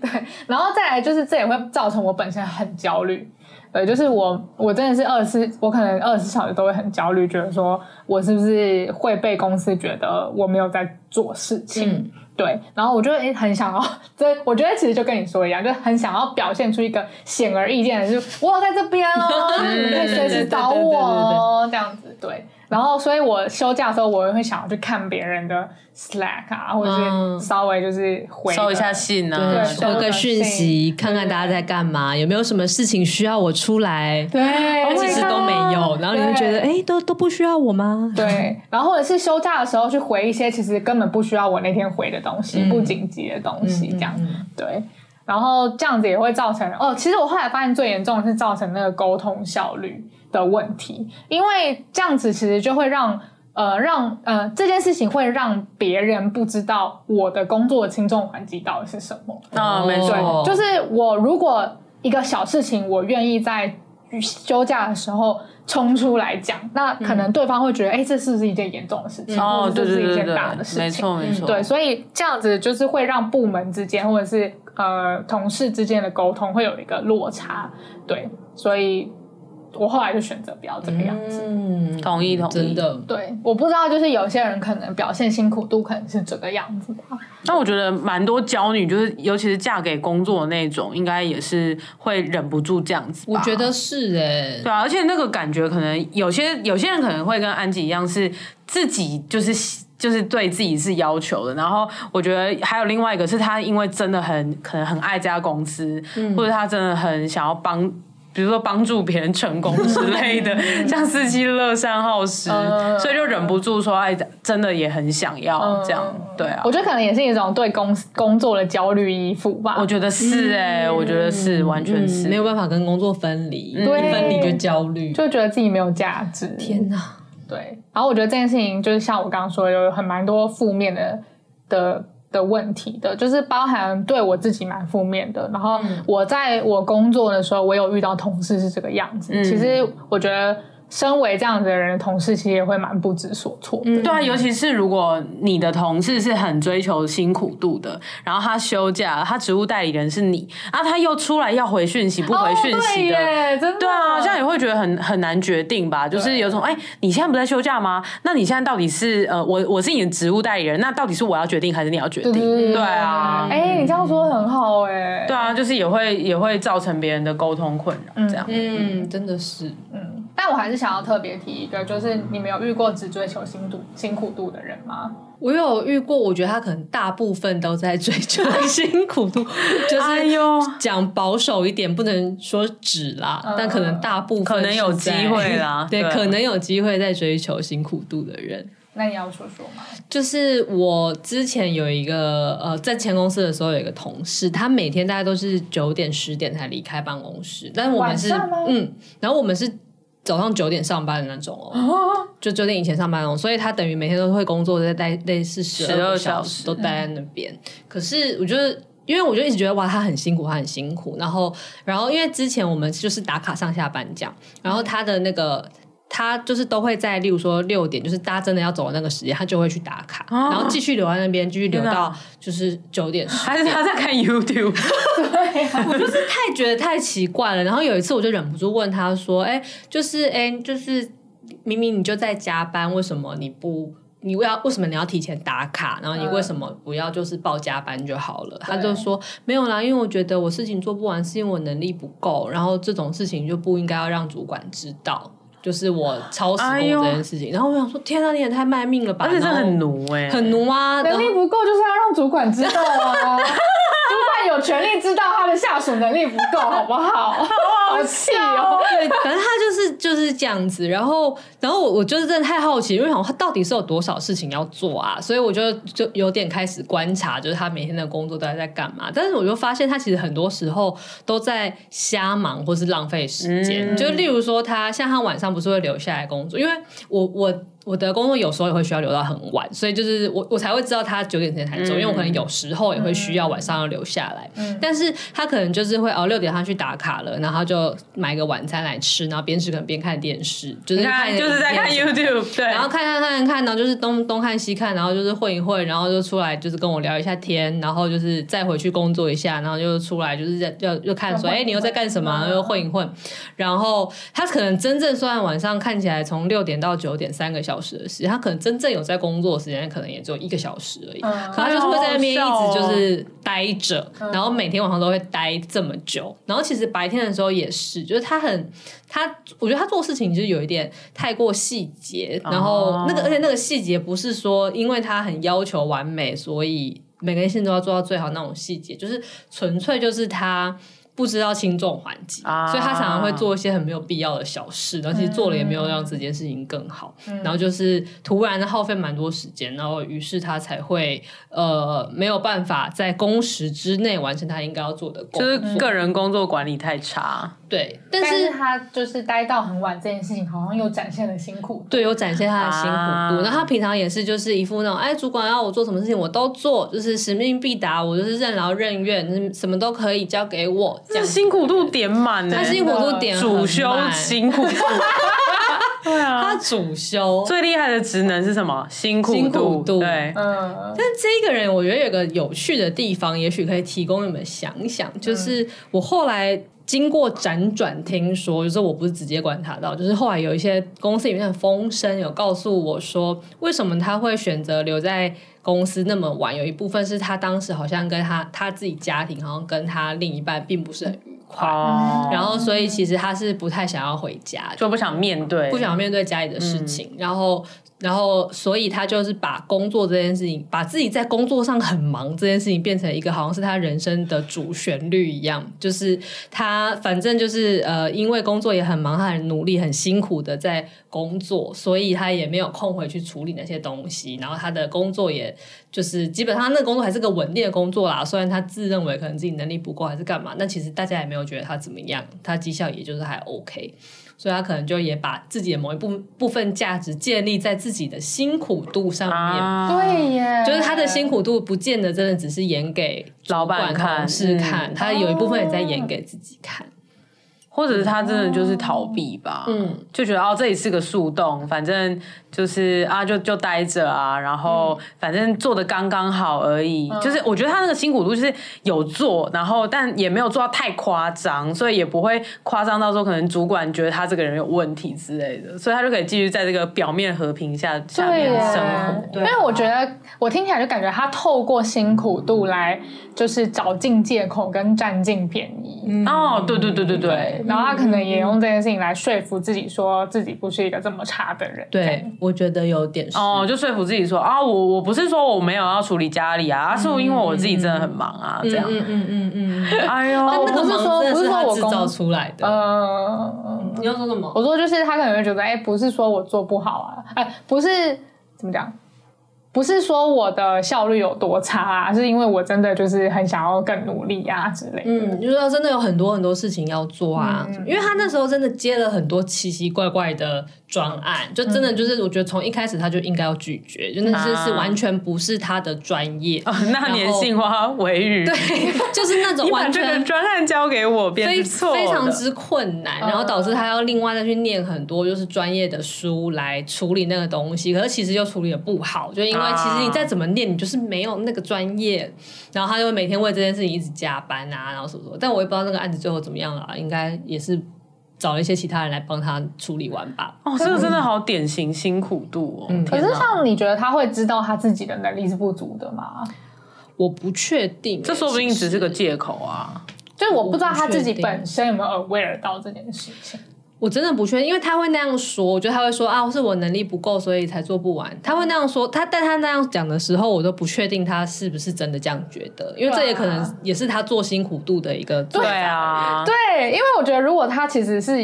Speaker 2: 对，然后再来就是这也会造成我本身很焦虑。对，就是我，我真的是二十，我可能二十小时都会很焦虑，觉得说我是不是会被公司觉得我没有在做事情？对，然后我就会诶很想要， 这我觉得其实就跟你说一样，就很想要表现出一个显而易见的，就是我有在这边哦，你可以随时找我哦，这样子。对，然后，所以我休假的时候，我也会想要去看别人的 Slack 啊，或者
Speaker 4: 嗯
Speaker 2: 是稍微就是回
Speaker 3: 收一下
Speaker 2: 个
Speaker 3: 信
Speaker 4: 对
Speaker 3: 啊，
Speaker 2: 对收
Speaker 4: 回个
Speaker 2: 个
Speaker 4: 讯息，
Speaker 2: 信
Speaker 4: 看看大家在干嘛，有没有什么事情需要我出来？
Speaker 2: 对，啊
Speaker 4: 其实都没有，然后你会觉得，
Speaker 2: 对
Speaker 4: 哎，都都不需要我吗？
Speaker 2: 对，然后或者是休假的时候去回一些其实根本不需要我那天回的东西，不紧急的东西，这样、对。然后这样子也会造成哦，其实我后来发现最严重的是造成那个沟通效率的问题，因为这样子其实就会让呃让呃这件事情会让别人不知道我的工作的轻重缓急到底是什么。
Speaker 3: 啊，没错，
Speaker 2: 对，就是我如果一个小事情，我愿意在休假的时候冲出来讲，那可能对方会觉得，哎、这是不是一件严重的事情？嗯
Speaker 3: 哦
Speaker 2: 或，者
Speaker 3: 对
Speaker 2: 这是
Speaker 3: 对
Speaker 2: 不是一
Speaker 3: 对
Speaker 2: 件
Speaker 3: 对
Speaker 2: 大的，事
Speaker 3: 没
Speaker 2: 情。嗯
Speaker 3: 错没错，
Speaker 2: 对，所以这样子就是会让部门之间或者是呃同事之间的沟通会有一个落差，对，所以我后来就选择不要这个样子。
Speaker 4: 嗯，
Speaker 3: 同意同意。
Speaker 4: 真的，
Speaker 2: 对，我不知道，就是有些人可能表现辛苦度可能是这个样子吧。
Speaker 3: 那我觉得蛮多娇女，就是尤其是嫁给工作的那种，应该也是会忍不住这样子吧。
Speaker 4: 我觉得是哎，
Speaker 3: 对啊，而且那个感觉可能有些有些人可能会跟安吉一样，是自己就是就是对自己是要求的。然后我觉得还有另外一个是他因为真的很可能很爱这家公司，或者他真的很想要帮。比如说帮助别人成功之类的， 像司机乐善好施，
Speaker 2: 嗯
Speaker 3: 所以就忍不住说，哎，真的也很想要这样，对啊。
Speaker 2: 嗯我觉得可能也是一种对工工作的焦虑依附吧。
Speaker 3: 我觉得是哎、我觉得是，完全是。嗯
Speaker 4: 嗯没有办法跟工作分离，一
Speaker 2: 对
Speaker 4: 分离就焦虑。
Speaker 2: 就觉得自己没有价值。
Speaker 4: 天哪，
Speaker 2: 对，然后我觉得这件事情就是像我刚刚说的，有很蛮多负面的的的问题的，就是包含对我自己蛮负面的。然后
Speaker 3: 嗯
Speaker 2: 我在我工作的时候，我有遇到同事是这个样子。
Speaker 3: 嗯
Speaker 2: 其实我觉得，身为这样子的人，同事其实也会蛮不知所措的。
Speaker 3: 对啊，尤其是如果你的同事是很追求辛苦度的，然后他休假，他职务代理人是你，啊，他又出来要回讯息不回讯息的，
Speaker 2: 哦对耶真的
Speaker 3: 对啊，这样也会觉得很很难决定吧？就是有种哎、你现在不在休假吗？那你现在到底是呃，我我是你的职务代理人，那到底是我要决定还是你要决定？对啊，
Speaker 2: 哎、你这样说很好哎、
Speaker 3: 对啊，就是也会也会造成别人的沟通困扰，这样。
Speaker 4: 嗯，真的是，
Speaker 2: 但我还是想要特别提一个，就是你没有遇过只追求辛度辛苦度的人吗？
Speaker 4: 我有遇过，我觉得他可能大部分都在追求辛苦 度，就
Speaker 3: 哎
Speaker 4: 是
Speaker 3: 呦，
Speaker 4: 讲保守一点，不能说只啦，但可能大部
Speaker 3: 嗯
Speaker 4: 分
Speaker 3: 可能有
Speaker 4: 是在
Speaker 3: 机会啦
Speaker 4: 对，
Speaker 3: 对
Speaker 4: 可能有机会在追求辛苦度的人。
Speaker 2: 那你要说说 吗？
Speaker 4: 就是我之前有一个呃，在前公司的时候有一个同事，他每天大概都是九点十点才离开办公室，但是我们是
Speaker 2: 晚上吗
Speaker 4: 嗯，然后我们是早上九点上班的那种哦，就九点以前上班哦，所以他等于每天都会工作，在待类似十
Speaker 3: 12
Speaker 4: 小
Speaker 3: 小
Speaker 4: 时
Speaker 3: 时嗯
Speaker 4: 都待在那边。可是我觉得。因为我就一直觉得哇，他很辛苦，他很辛苦。然后，然后因为之前我们就是打卡上下班这样，然后他的那个他就是都会在，例如说六点，就是大家真的要走的那个时间，他就会去打卡，然后继续留在那边，继续
Speaker 3: 哦
Speaker 4: 留
Speaker 3: 天哪
Speaker 4: 到就是九点十
Speaker 3: 还是他在看 YouTube，
Speaker 4: 啊太觉得太奇怪了。然后有一次我就忍不住问他说：“哎、就是哎、就是明明你就在加班，为什么你不？”你为要为什么你要提前打卡？然后你为什么不要就是报加班就好了？他就说没有啦，因为我觉得我事情做不完是因为我能力不够，然后这种事情就不应该要让主管知道，就是我超时
Speaker 3: 哎
Speaker 4: 工
Speaker 3: 呦
Speaker 4: 这件事情。然后我想说，天啊，你也太卖命了吧！
Speaker 3: 而且这
Speaker 4: 然后
Speaker 3: 很奴哎、
Speaker 4: 很奴啊，然
Speaker 2: 能
Speaker 4: 后
Speaker 2: 力不够就是要让主管知道 啊，主管有权利知道他的下属能力不够，好不 好？好气哦！
Speaker 4: 对，反正他就是就是这样子。然后，然后我我就是真的太好奇，因为想他到底是有多少事情要做啊？所以我就就有点开始观察，就是他每天的工作到底在干嘛。但是我就发现他其实很多时候都在瞎忙或是浪费时间。就例如说他，像他晚上不是会留下来工作，因为我我。我的工作有时候也会需要留到很晚，所以就是我我才会知道他九点之前才走，因为我可
Speaker 3: 嗯
Speaker 4: 能有时候也会需要晚上要留下来。但是他可能就是会哦，六点他去打卡了，然后他就买个晚餐来吃，然后边吃可能边看电视，就是
Speaker 3: 你
Speaker 4: 看
Speaker 3: 看就是在看
Speaker 4: 影片
Speaker 3: YouTube，对，
Speaker 4: 然后看看看看，然后就是东东看西看，然后就是混一混，然后就出来就是跟我聊一下天，然后就是再回去工作一下，然后就出来就是在要又看
Speaker 2: 混
Speaker 4: 说，哎、
Speaker 2: 一混
Speaker 4: 你又在干什么？
Speaker 2: 嗯
Speaker 4: 然后又混一混。然后他可能真正虽然晚上看起来从六点到九点三个小小时的时间，他可能真正有在工作的时间，可能也只有一个小时而已。
Speaker 2: 嗯
Speaker 4: 可他就是会在那边一
Speaker 3: 哎好好
Speaker 4: 直
Speaker 3: 笑哦
Speaker 4: 就是待着，
Speaker 2: 嗯
Speaker 4: 然后每天晚上都会待这么久。然后其实白天的时候也是，就是他很他，我觉得他做事情就是有一点太过细节，然后那
Speaker 3: 哦
Speaker 4: 个、而且那个细节不是说因为他很要求完美，所以每个人线都要做到最好那种细节，就是纯粹就是他。不知道轻重缓急，
Speaker 3: 啊
Speaker 4: 所以他常常会做一些很没有必要的小事，然后其实做了也没有让这件事情更好。
Speaker 3: 嗯
Speaker 4: 然后就是突然的耗费蛮多时间，然后于是他才会呃没有办法在工时之内完成他应该要做的工
Speaker 3: 就
Speaker 4: 作。
Speaker 3: 是个人工作管理太差，
Speaker 4: 对，但
Speaker 2: 但是
Speaker 4: 是
Speaker 2: 他就是待到很晚这件事情，好像又展现了辛苦。
Speaker 4: 对，有展现他的辛苦度。
Speaker 3: 啊
Speaker 4: 那、他平常也是就是一副那种，哎，主管要我做什么事情我都做，就是使命必达，我就是任劳任怨，就是什么都可以交给我。这
Speaker 3: 这
Speaker 4: 样子
Speaker 3: 辛苦度点满呢、
Speaker 4: 他辛苦度点很
Speaker 3: 主修
Speaker 4: 满
Speaker 3: 辛苦度，对啊
Speaker 4: 他，主修，
Speaker 3: 最厉害的职能是什么？辛苦
Speaker 4: 辛苦度
Speaker 3: 对，
Speaker 2: 嗯，
Speaker 4: 但这个人，我觉得有个有趣的地方，也许可以提供你们想想。就是我后来经过辗转听说，就是我不是直接观察到，就是后来有一些公司里面的风声有告诉我说，为什么他会选择留在公司那么晚？有一部分是他当时好像跟他他自己家庭，好像跟他另一半并不是很愉快，
Speaker 3: 哦，
Speaker 4: 然后所以其实他是不太想要回家的，
Speaker 3: 就不想面对，
Speaker 4: 不想面对家里的事情，然后然后所以他就是把工作这件事情，把自己在工作上很忙这件事情变成一个好像是他人生的主旋律一样，就是他反正就是呃，因为工作也很忙，他很努力、很辛苦的在工作，所以他也没有空回去处理那些东西，然后他的工作也就是基本上那个工作还是个稳定的工作啦，虽然他自认为可能自己能力不够还是干嘛，但其实大家也没有觉得他怎么样，他绩效也就是还 OK。所以他可能就也把自己的某一部部分价值建立在自己的辛苦度上面，
Speaker 3: 啊，
Speaker 2: 对耶，
Speaker 4: 就是他的辛苦度不见得真的只是演给
Speaker 3: 老
Speaker 4: 管
Speaker 3: 板
Speaker 4: 同
Speaker 3: 看
Speaker 4: 事
Speaker 3: 嗯
Speaker 4: 看，他有一部分也在演给自己看。
Speaker 3: 或者是他真的就是逃避吧，
Speaker 4: 嗯
Speaker 3: 嗯，就觉得哦这里是个树洞，反正就是啊就就待着啊，然后
Speaker 4: 嗯
Speaker 3: 反正做的刚刚好而已。就是我觉得他那个辛苦度就是有做，然后但也没有做到太夸张，所以也不会夸张到说可能主管觉得他这个人有问题之类的，所以他就可以继续在这个表面和平下下
Speaker 2: 对
Speaker 3: 面
Speaker 2: 耶
Speaker 3: 生活。
Speaker 2: 因为我觉得我听起来就感觉他透过辛苦度来，就是找尽借口跟占尽便宜。
Speaker 4: 啊
Speaker 3: 哦，
Speaker 4: 嗯
Speaker 3: 对对对对对，
Speaker 2: 然后他可能也用这件事情来说服自己，说自己不是一个这么差的人。这样，
Speaker 4: 对，我觉得有点是
Speaker 3: 哦，就说服自己说啊，我我不是说我没有要处理家里啊，是因为我自己真的很忙啊，这样。
Speaker 4: 嗯嗯嗯嗯，
Speaker 3: 哎呦，
Speaker 4: 但那个
Speaker 2: 不是
Speaker 4: 忙
Speaker 2: 说
Speaker 4: 真的
Speaker 2: 不是说
Speaker 4: 是他
Speaker 2: 我哦
Speaker 4: 制造
Speaker 2: 公
Speaker 4: 出来的。
Speaker 2: 嗯，
Speaker 4: 你要说什么？
Speaker 2: 我说就是他可能会觉得，哎、不是说我做不好啊，哎、不是怎么讲，不是说我的效率有多差啊，是因为我真的就是很想要更努力啊之类的。
Speaker 4: 嗯，就是要真的有很多很多事情要做啊，
Speaker 2: 嗯
Speaker 4: 因为他那时候真的接了很多奇奇怪怪的专案，就真的就是我觉得从一开始他就应该要拒绝，就那些是
Speaker 3: 嗯啊
Speaker 4: 完全不是他的专业。
Speaker 3: 那年杏花微雨，
Speaker 4: 对，就是那种
Speaker 3: 你把
Speaker 4: 完
Speaker 3: 这个
Speaker 4: 全
Speaker 3: 专案交给我，便
Speaker 4: 非
Speaker 3: 是错的嗯
Speaker 4: 非常之困难，然后导致他要另外再去念很多就是专业的书来处理那个东西，可是其实又处理的不好，就因为
Speaker 3: 啊
Speaker 4: 其实你再怎么念，你就是没有那个专业，然后他就会每天为这件事情一直加班啊，然后什么什么，但我也不知道那个案子最后怎么样了啊，应该也是找了一些其他人来帮他处理完吧。
Speaker 3: 哦，这个真的好典型辛苦度哦。
Speaker 4: 嗯
Speaker 2: 可是
Speaker 3: 天哪
Speaker 2: 像你觉得他会知道他自己的能力是不足的吗？
Speaker 4: 我不确定欸，
Speaker 3: 这说不定只是个
Speaker 4: 其实
Speaker 3: 借口啊。
Speaker 2: 就是我不知道他自己
Speaker 4: 我不确定
Speaker 2: 本身有没有 aware 到这件事情。
Speaker 4: 我真的不确定，因为他会那样说，我觉得他会说啊，是我能力不够，所以才做不完。他会那样说，他但他那样讲的时候，我都不确定他是不是真的这样觉得，因为这也可
Speaker 2: 啊
Speaker 4: 能也是他做辛苦度的一个做
Speaker 3: 对
Speaker 4: 法。
Speaker 3: 啊，
Speaker 2: 对，因为我觉得如果他其实是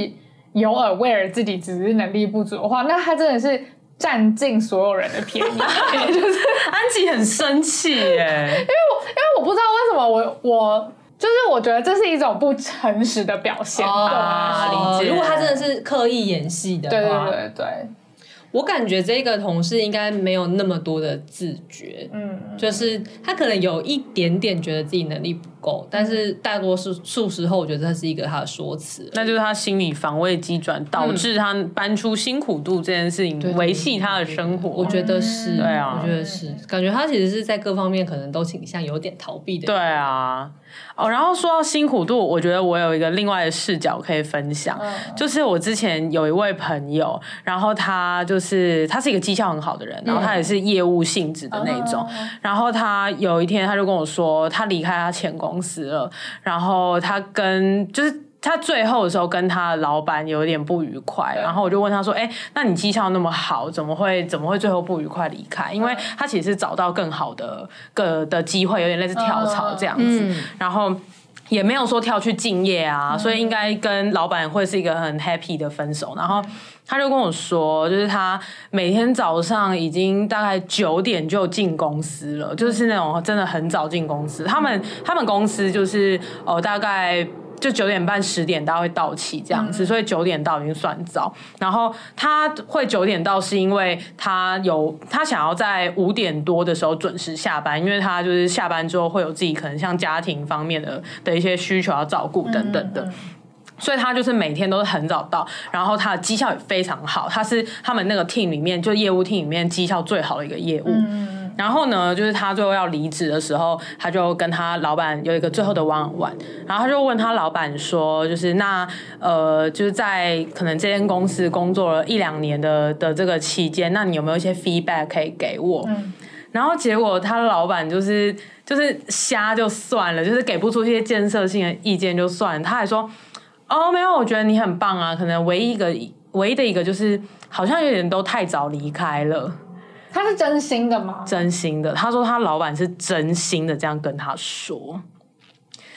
Speaker 2: 有 aware 自己只是能力不足的话，那他真的是占尽所有人的便宜。
Speaker 3: 安吉很生气耶，
Speaker 2: 因为我不知道为什么我我就是我觉得这是一种不诚实的表现。
Speaker 3: 啊理解
Speaker 4: 哦如果他真的是刻意演戏的话，
Speaker 2: 对对对对，
Speaker 4: 我感觉这个同事应该没有那么多的自觉，
Speaker 2: 嗯，
Speaker 4: 就是他可能有一点点觉得自己能力不够，但是大多数数时候，我觉得这是一个他的说辞。
Speaker 3: 那就是他心理防卫机转，导致他搬出辛苦度这件事
Speaker 4: 对
Speaker 3: 情，
Speaker 4: 对
Speaker 3: 维系他的生活。
Speaker 4: 我觉得是，
Speaker 3: 对啊
Speaker 4: 我觉得是，感觉他其实是在各方面可能都倾向有点逃避的。
Speaker 3: 对，啊，哦，然后说到辛苦度，我觉得我有一个另外的视角可以分享，就是我之前有一位朋友，然后他就是他是一个绩效很好的人，然后他也是业务性质的那种，然后他有一天他就跟我说，他离开他前公司了，然后他跟就是。他最后的时候跟他的老板有点不愉快，然后我就问他说：“哎、那你绩效那么好，怎么会怎么会最后不愉快离开？因为他其实是找到更好的个的机会，有点类似跳槽这样子。
Speaker 4: 嗯
Speaker 3: 然后也没有说跳去敬业啊，所以应该跟老板会是一个很 happy 的分手。然后他就跟我说，就是他每天早上已经大概九点就进公司了，就是那种真的很早进公司。他们他们公司就是哦、呃大概。就九点半十点，大家会到齐这样子，所以九点到已经算早。然后他会九点到，是因为他有他想要在五点多的时候准时下班，因为他就是下班之后会有自己可能像家庭方面的的一些需求要照顾等等的。所以他就是每天都是很早到，然后他的绩效也非常好，他是他们那个 team 里面就业务 team 里面绩效最好的一个业务。然后呢，就是他最后要离职的时候，他就跟他老板有一个最后的 one on one，然后他就问他老板说，就是那呃，就是在可能这间公司工作了一两年的的这个期间，那你有没有一些 feedback 可以给我？然后结果他老板就是就是瞎就算了，就是给不出一些建设性的意见就算了，他还说哦没有，我觉得你很棒啊，可能唯一一个唯一的一个就是好像有点都太早离开了。
Speaker 2: 他是真心的吗？
Speaker 3: 真心的，他说他老板是真心的这样跟他说，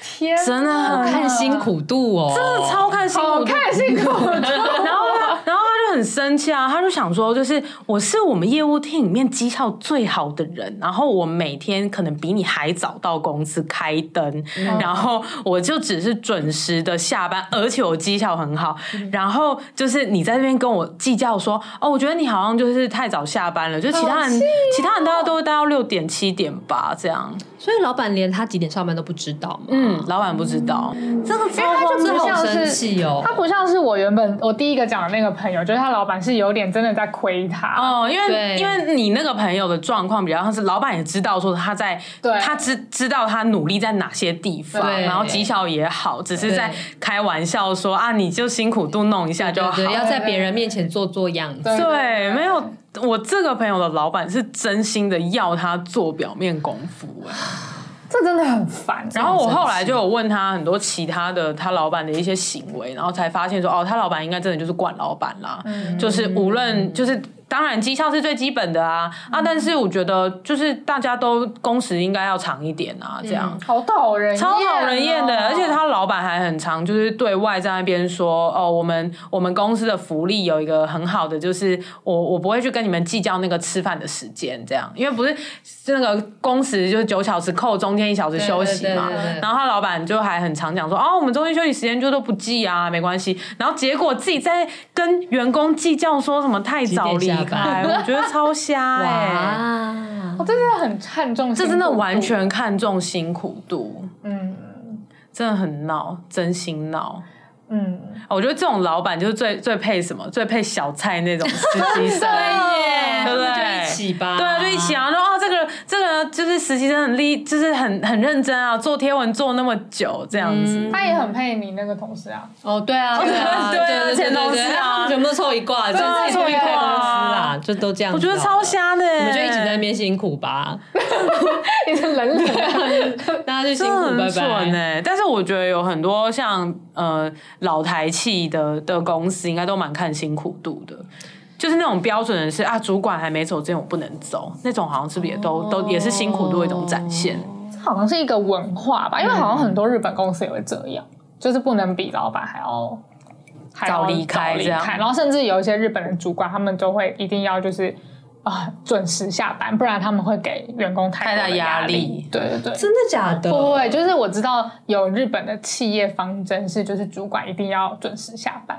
Speaker 2: 天哪，
Speaker 3: 真的很
Speaker 5: 看辛苦度哦，
Speaker 3: 真的超看辛苦
Speaker 2: 好
Speaker 3: 度
Speaker 2: 看辛苦，
Speaker 3: 然后他，然后他就很生气啊，他就想说，就是我是我们业务厅里面绩效最好的人，然后我每天可能比你还早到公司开灯，然后我就只是准时的下班，而且我绩效很好，然后就是你在这边跟我计较说，哦，我觉得你好像就是太早下班了，就其他人，其他人大家都会待到六点七点吧，这样，
Speaker 4: 所以老板连他几点上班都不知道嘛。
Speaker 3: 嗯，老板不知道，这个
Speaker 2: 因为他就
Speaker 4: 这
Speaker 2: 不
Speaker 4: 好
Speaker 2: 像
Speaker 4: 生
Speaker 2: 是。
Speaker 4: 气哦
Speaker 2: 他！不像是我原本我第一个讲的那个朋友，就是他老板是有点真的在亏他，
Speaker 3: 哦，因为
Speaker 4: 对
Speaker 3: 因为你那个朋友的状况比较像是老板也知道说他在，
Speaker 2: 对
Speaker 3: 他知知道他努力在哪些地方，
Speaker 4: 对
Speaker 3: 然后绩效也好，只是在开玩笑说啊，你就辛苦度弄一下就好。
Speaker 4: 对，要在别人面前做做样子。
Speaker 3: 对，没有，我这个朋友的老板是真心的要他做表面功夫、哎
Speaker 2: 这真的很烦。
Speaker 3: 然后我后来就有问他很多其他的他老板的一些行为，然后才发现说，哦，他老板应该真的就是惯老板啦，
Speaker 2: 嗯
Speaker 3: 就是无论就是。当然，绩效是最基本的啊、啊！但是我觉得，就是大家都工时应该要长一点啊，这样、
Speaker 2: 好讨人厌哦，
Speaker 3: 超讨人厌的。而且他老板还很常就是对外在那边说，哦，我们我们公司的福利有一个很好的，就是我我不会去跟你们计较那个吃饭的时间，这样，因为不是是那个工时就是九小时扣中间一小时休息嘛，
Speaker 4: 对对对对
Speaker 3: 然后他老板就还很常讲说，哦，我们中间休息时间就都不计啊，没关系。然后结果自己在跟员工计较说什么太早离
Speaker 4: 几点下
Speaker 3: 开，我觉得超瞎哎、
Speaker 4: 哇，
Speaker 2: 我真的很看重，
Speaker 3: 这真的完，全看重辛苦度，
Speaker 2: 嗯
Speaker 3: 真的很闹，真心闹。
Speaker 2: 嗯，
Speaker 3: 我觉得这种老板就是最最配什么？最配小菜那 种实习生，对不
Speaker 4: 那就
Speaker 3: 对？
Speaker 4: 一起吧。
Speaker 3: 对啊，就一起啊！说哦，这个这个就是实习生很厉，就是很很认真啊，做贴文做那么久这样子。
Speaker 4: 嗯
Speaker 2: 他也很配你那个同事啊，
Speaker 4: 哦，对啊，对啊，
Speaker 3: 对啊
Speaker 4: 对
Speaker 3: 前同事啊
Speaker 4: 全部都凑一挂，就
Speaker 3: 啊
Speaker 4: 是
Speaker 3: 凑一挂啊
Speaker 4: 公司啦，就都这样。
Speaker 3: 我觉得超，瞎的、欸，
Speaker 4: 啊我们就一起在那边辛苦吧，
Speaker 2: 你是人脸，
Speaker 4: 大家就辛
Speaker 3: 真的
Speaker 4: 苦，
Speaker 3: 很
Speaker 4: 拜
Speaker 3: 蠢哎、
Speaker 4: 拜。
Speaker 3: 但是我觉得有很多像呃老台企的的公司，应该都蛮看辛苦度的。就是那种标准的是啊，主管还没走之前我不能走，那种好像是不是也都、都也是辛苦度的一种展现？
Speaker 2: 这好像是一个文化
Speaker 3: 嗯
Speaker 2: 吧，因为好像很多日本公司也会这样，就是不能比老板还要。还要
Speaker 3: 早离开
Speaker 2: 早离
Speaker 3: 这样
Speaker 2: 开，然后甚至有一些日本的主管，他们都会一定要就是啊、准时下班，不然他们会给员工太
Speaker 3: 太大
Speaker 2: 多的
Speaker 3: 压
Speaker 2: 压
Speaker 3: 力
Speaker 2: 对对对，
Speaker 4: 真的假的？
Speaker 2: 不会，就是我知道有日本的企业方针是，就是主管一定要准时
Speaker 3: 哦
Speaker 2: 哦下班，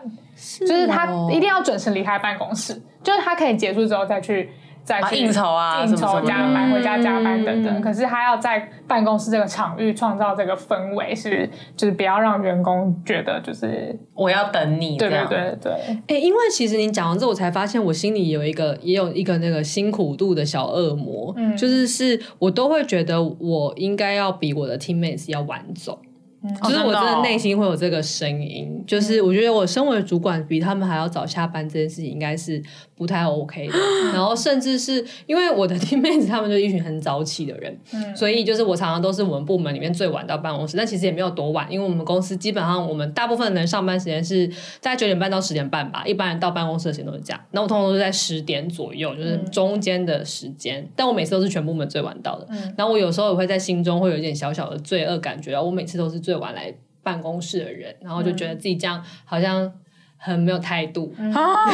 Speaker 2: 就是他一定要准时离开办公室，就是他可以结束之后再去再
Speaker 3: 啊
Speaker 2: 去
Speaker 3: 应酬啊
Speaker 2: 应
Speaker 3: 什么什
Speaker 2: 酬
Speaker 3: 么
Speaker 2: 加班、回家加班等
Speaker 3: 嗯
Speaker 2: 等。可是他要在办公室这个场域创造这个氛围，是就是不要让员工觉得就是
Speaker 3: 我要等你，
Speaker 2: 对
Speaker 3: 这
Speaker 2: 对
Speaker 3: 样
Speaker 2: 对对，
Speaker 4: 哎、因为其实你讲完之后，我才发现我心里有一个也有一个那个辛苦度的小恶魔，
Speaker 2: 嗯
Speaker 4: 就是是我都会觉得我应该要比我的 teammates 要晚走，
Speaker 3: 哦嗯
Speaker 4: 就是
Speaker 3: 真
Speaker 4: 我真
Speaker 3: 的
Speaker 4: 的
Speaker 3: 哦
Speaker 4: 内心会 有这个声音，就是我觉得我身为主管比他们还要早下班这件事情应该是不太 OK 的，然后甚至是因为我的 teammates 他们就一群很早起的人，
Speaker 2: 嗯
Speaker 4: 所以就是我常常都是我们部门里面最晚到办公室，但其实也没有多晚，因为我们公司基本上我们大部分人上班时间是大概九点半到十点半吧，一般人到办公室的时间都是这样。那我通常都是在十点左右，就是
Speaker 3: 嗯
Speaker 4: 中间的时间，但我每次都是全部门最晚到的。然后我有时候也会在心中会有一点小小的罪恶感觉，然后我每次都是最晚来办公室的人，然后就觉得自己这样好像很没有态度。
Speaker 3: 啊！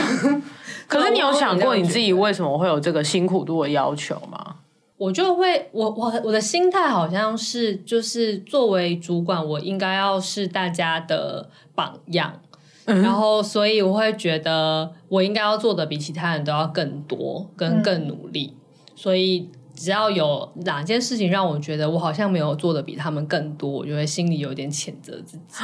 Speaker 3: 可是你有
Speaker 4: 我
Speaker 3: 想
Speaker 4: 我
Speaker 3: 过
Speaker 4: 了解
Speaker 3: 你自己为什么会有这个辛苦度的要求吗？
Speaker 4: 我就会，我我我的心态好像是，就是作为主管，我应该要是大家的榜样，然后所以我会觉得我应该要做的比其他人都要更多，跟
Speaker 2: 嗯
Speaker 4: 更努力，所以。只要有哪件事情让我觉得我好像没有做的比他们更多，我就会心里有点谴责自己。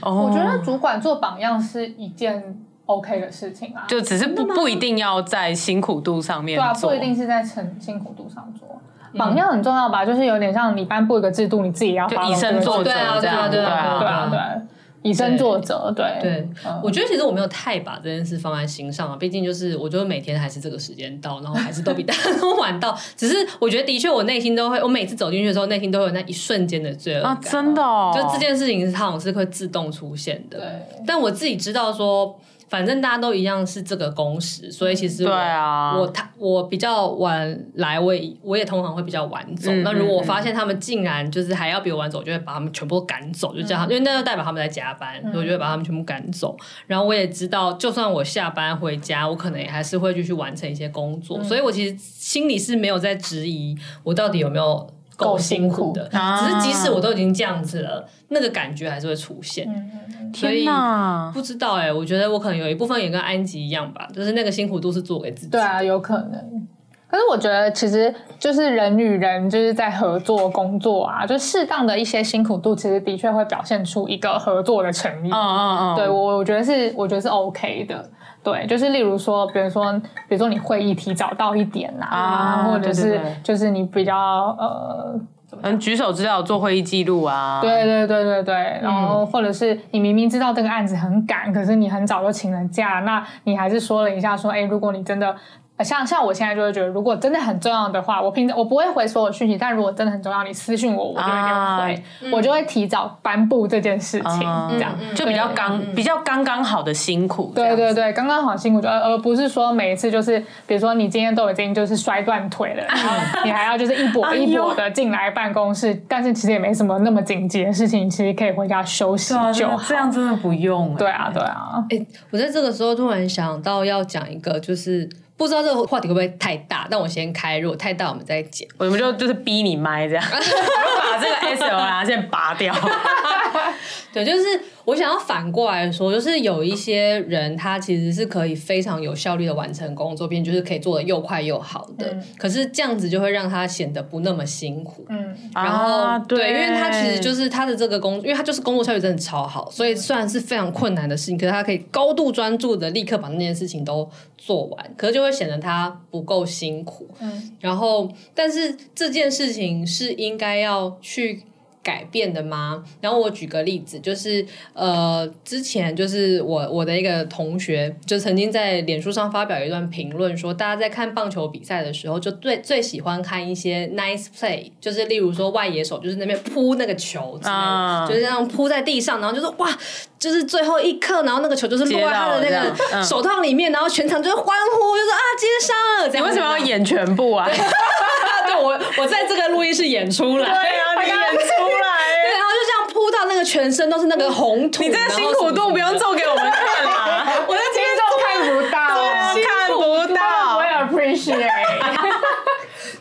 Speaker 3: 哦
Speaker 2: 我觉得主管做榜样是一件 OK 的事情啊，
Speaker 3: 就只是不不一定要在辛苦度上面
Speaker 2: 对啊，
Speaker 3: 做，
Speaker 2: 不一定是在成辛苦度上做。
Speaker 3: 嗯
Speaker 2: 榜样很重要吧，就是有点像你颁布一个制度，你自己也要
Speaker 3: 就
Speaker 2: 发
Speaker 3: 以身作则
Speaker 4: 对啊
Speaker 3: 这样，
Speaker 4: 对啊对啊
Speaker 2: 对
Speaker 3: 啊。
Speaker 2: 啊，对啊，以身作则，对
Speaker 4: 对，
Speaker 2: 嗯
Speaker 4: 我觉得其实我没有太把这件事放在心上啊，毕竟就是我就是每天还是这个时间到，然后还是都比大家都晚到。只是我觉得的确，我内心都会，我每次走进去的时候，内心都会有那一瞬间的罪恶感。
Speaker 3: 啊，真的、哦，
Speaker 4: 就这件事情，它好像是会自动出现的。
Speaker 2: 对
Speaker 4: 但我自己知道说，反正大家都一样是这个工时，所以其实我
Speaker 3: 对啊
Speaker 4: 我他我比较晚来，我也我也通常会比较晚走。
Speaker 3: 嗯
Speaker 4: 那如果我
Speaker 3: 嗯
Speaker 4: 发现他们竟然就是还要比我晚走，我就会把他们全部赶走，就这
Speaker 3: 嗯
Speaker 4: 样，因为那就代表他们在加班，所以我就会把他们全部赶走。然后我也知道，就算我下班回家，我可能也还是会继续完成一些工
Speaker 3: 嗯
Speaker 4: 作，所以我其实心里是没有在质疑我到底有没有。够
Speaker 2: 够辛
Speaker 4: 辛
Speaker 2: 苦
Speaker 4: 苦的，
Speaker 3: 啊
Speaker 4: 只是即使我都已经这样子了，那个感觉还是会出现。所以
Speaker 3: 嗯天哪，
Speaker 4: 不知道哎、我觉得我可能有一部分也跟安吉一样吧，就是那个辛苦度是做给自己。
Speaker 2: 对，啊，有可能。可是我觉得，其实就是人与人就是在合作工作啊，就适当的一些辛苦度，其实的确会表现出一个合作的诚意。
Speaker 3: 嗯嗯嗯，
Speaker 2: 对我，我觉得是，我觉得是 OK 的。对，就是例如说，比如说，比如说你会议提早到一点呐、
Speaker 3: 啊
Speaker 2: 或者
Speaker 3: 对对
Speaker 2: 是
Speaker 3: 对
Speaker 2: 就是你比较呃，
Speaker 3: 嗯，举手之劳做会议记录啊，
Speaker 2: 对对对对对，然后或者是你明明知道这个案子很赶，可是你很早就请了假，那你还是说了一下说，哎，如果你真的。呃像像我现在就会觉得，如果真的很重要的话，我平常我不会回所有讯息，但如果真的很重要，你私信我，我就会给你回，我就会提早颁布这件事情，
Speaker 3: 啊
Speaker 2: 这样
Speaker 3: 就比较
Speaker 2: 对
Speaker 3: 刚、
Speaker 4: 嗯
Speaker 3: 比较刚刚好的辛苦，
Speaker 2: 对对，对，刚刚好辛苦就，呃而而不是说每一次就是，比如说你今天都已经就是摔断腿 了，然后你还要就是一
Speaker 3: 哎
Speaker 2: 跛一跛的进来办公室，但是其实也没什么那么紧急的事情，你其实可以回家休息
Speaker 3: 对
Speaker 2: 就
Speaker 3: 啊，真的
Speaker 2: 好。
Speaker 3: 这样真的不用、欸，
Speaker 2: 对啊，对啊，
Speaker 4: 哎、我在这个时候突然想到要讲一个，就是不知道这个话题会不会太大，但我先开，如果太大我们再剪。
Speaker 3: 我们就就是逼你麦 这样，我就把这个 S L R 啊先拔掉，
Speaker 4: 对，就是我想要反过来说，就是有一些人他其实是可以非常有效率的完成工作，并且就是可以做的又快又好的，
Speaker 2: 嗯
Speaker 4: 可是这样子就会让他显得不那么辛苦。
Speaker 2: 嗯，
Speaker 4: 然后、
Speaker 3: 啊、
Speaker 4: 对，因为他其实就是是他的这个工，因为他就是工作效率真的超好，所以虽然是非常困难的事情，可是他可以高度专注的立刻把那件事情都做完，可是就会显得他不够辛苦。
Speaker 2: 嗯，
Speaker 4: 然后但是这件事情是应该要去。改变的吗？然后我举个例子，就是呃，之前就是我我的一个同学，就曾经在脸书上发表一段评论说，大家在看棒球比赛的时候，就最最喜欢看一些 nice play，就是例如说外野手就是那边扑那个球之类的，
Speaker 3: 啊
Speaker 4: 就是那样扑在地上，然后就是哇，就是最后一刻，然后那个球就是落在他的
Speaker 3: 接
Speaker 4: 那
Speaker 3: 到了这
Speaker 4: 个
Speaker 3: 样嗯
Speaker 4: 手套里面，然后全场就是欢呼，就说啊接上了。
Speaker 3: 你
Speaker 4: 这样
Speaker 3: 为什么要
Speaker 4: 子
Speaker 3: 演全部啊？
Speaker 4: 对我，我在这个录音室演出来，
Speaker 3: 对啊，你演出来
Speaker 4: 对，然后就这样扑到那个全身都是那个红土，
Speaker 3: 你这
Speaker 4: 然
Speaker 3: 个
Speaker 4: 后
Speaker 3: 辛苦度不用做给我们看啊 啦，
Speaker 2: 哎我的听众看不到，
Speaker 3: 看不
Speaker 2: 我
Speaker 3: 到
Speaker 2: 也。appreciate，
Speaker 4: 什么的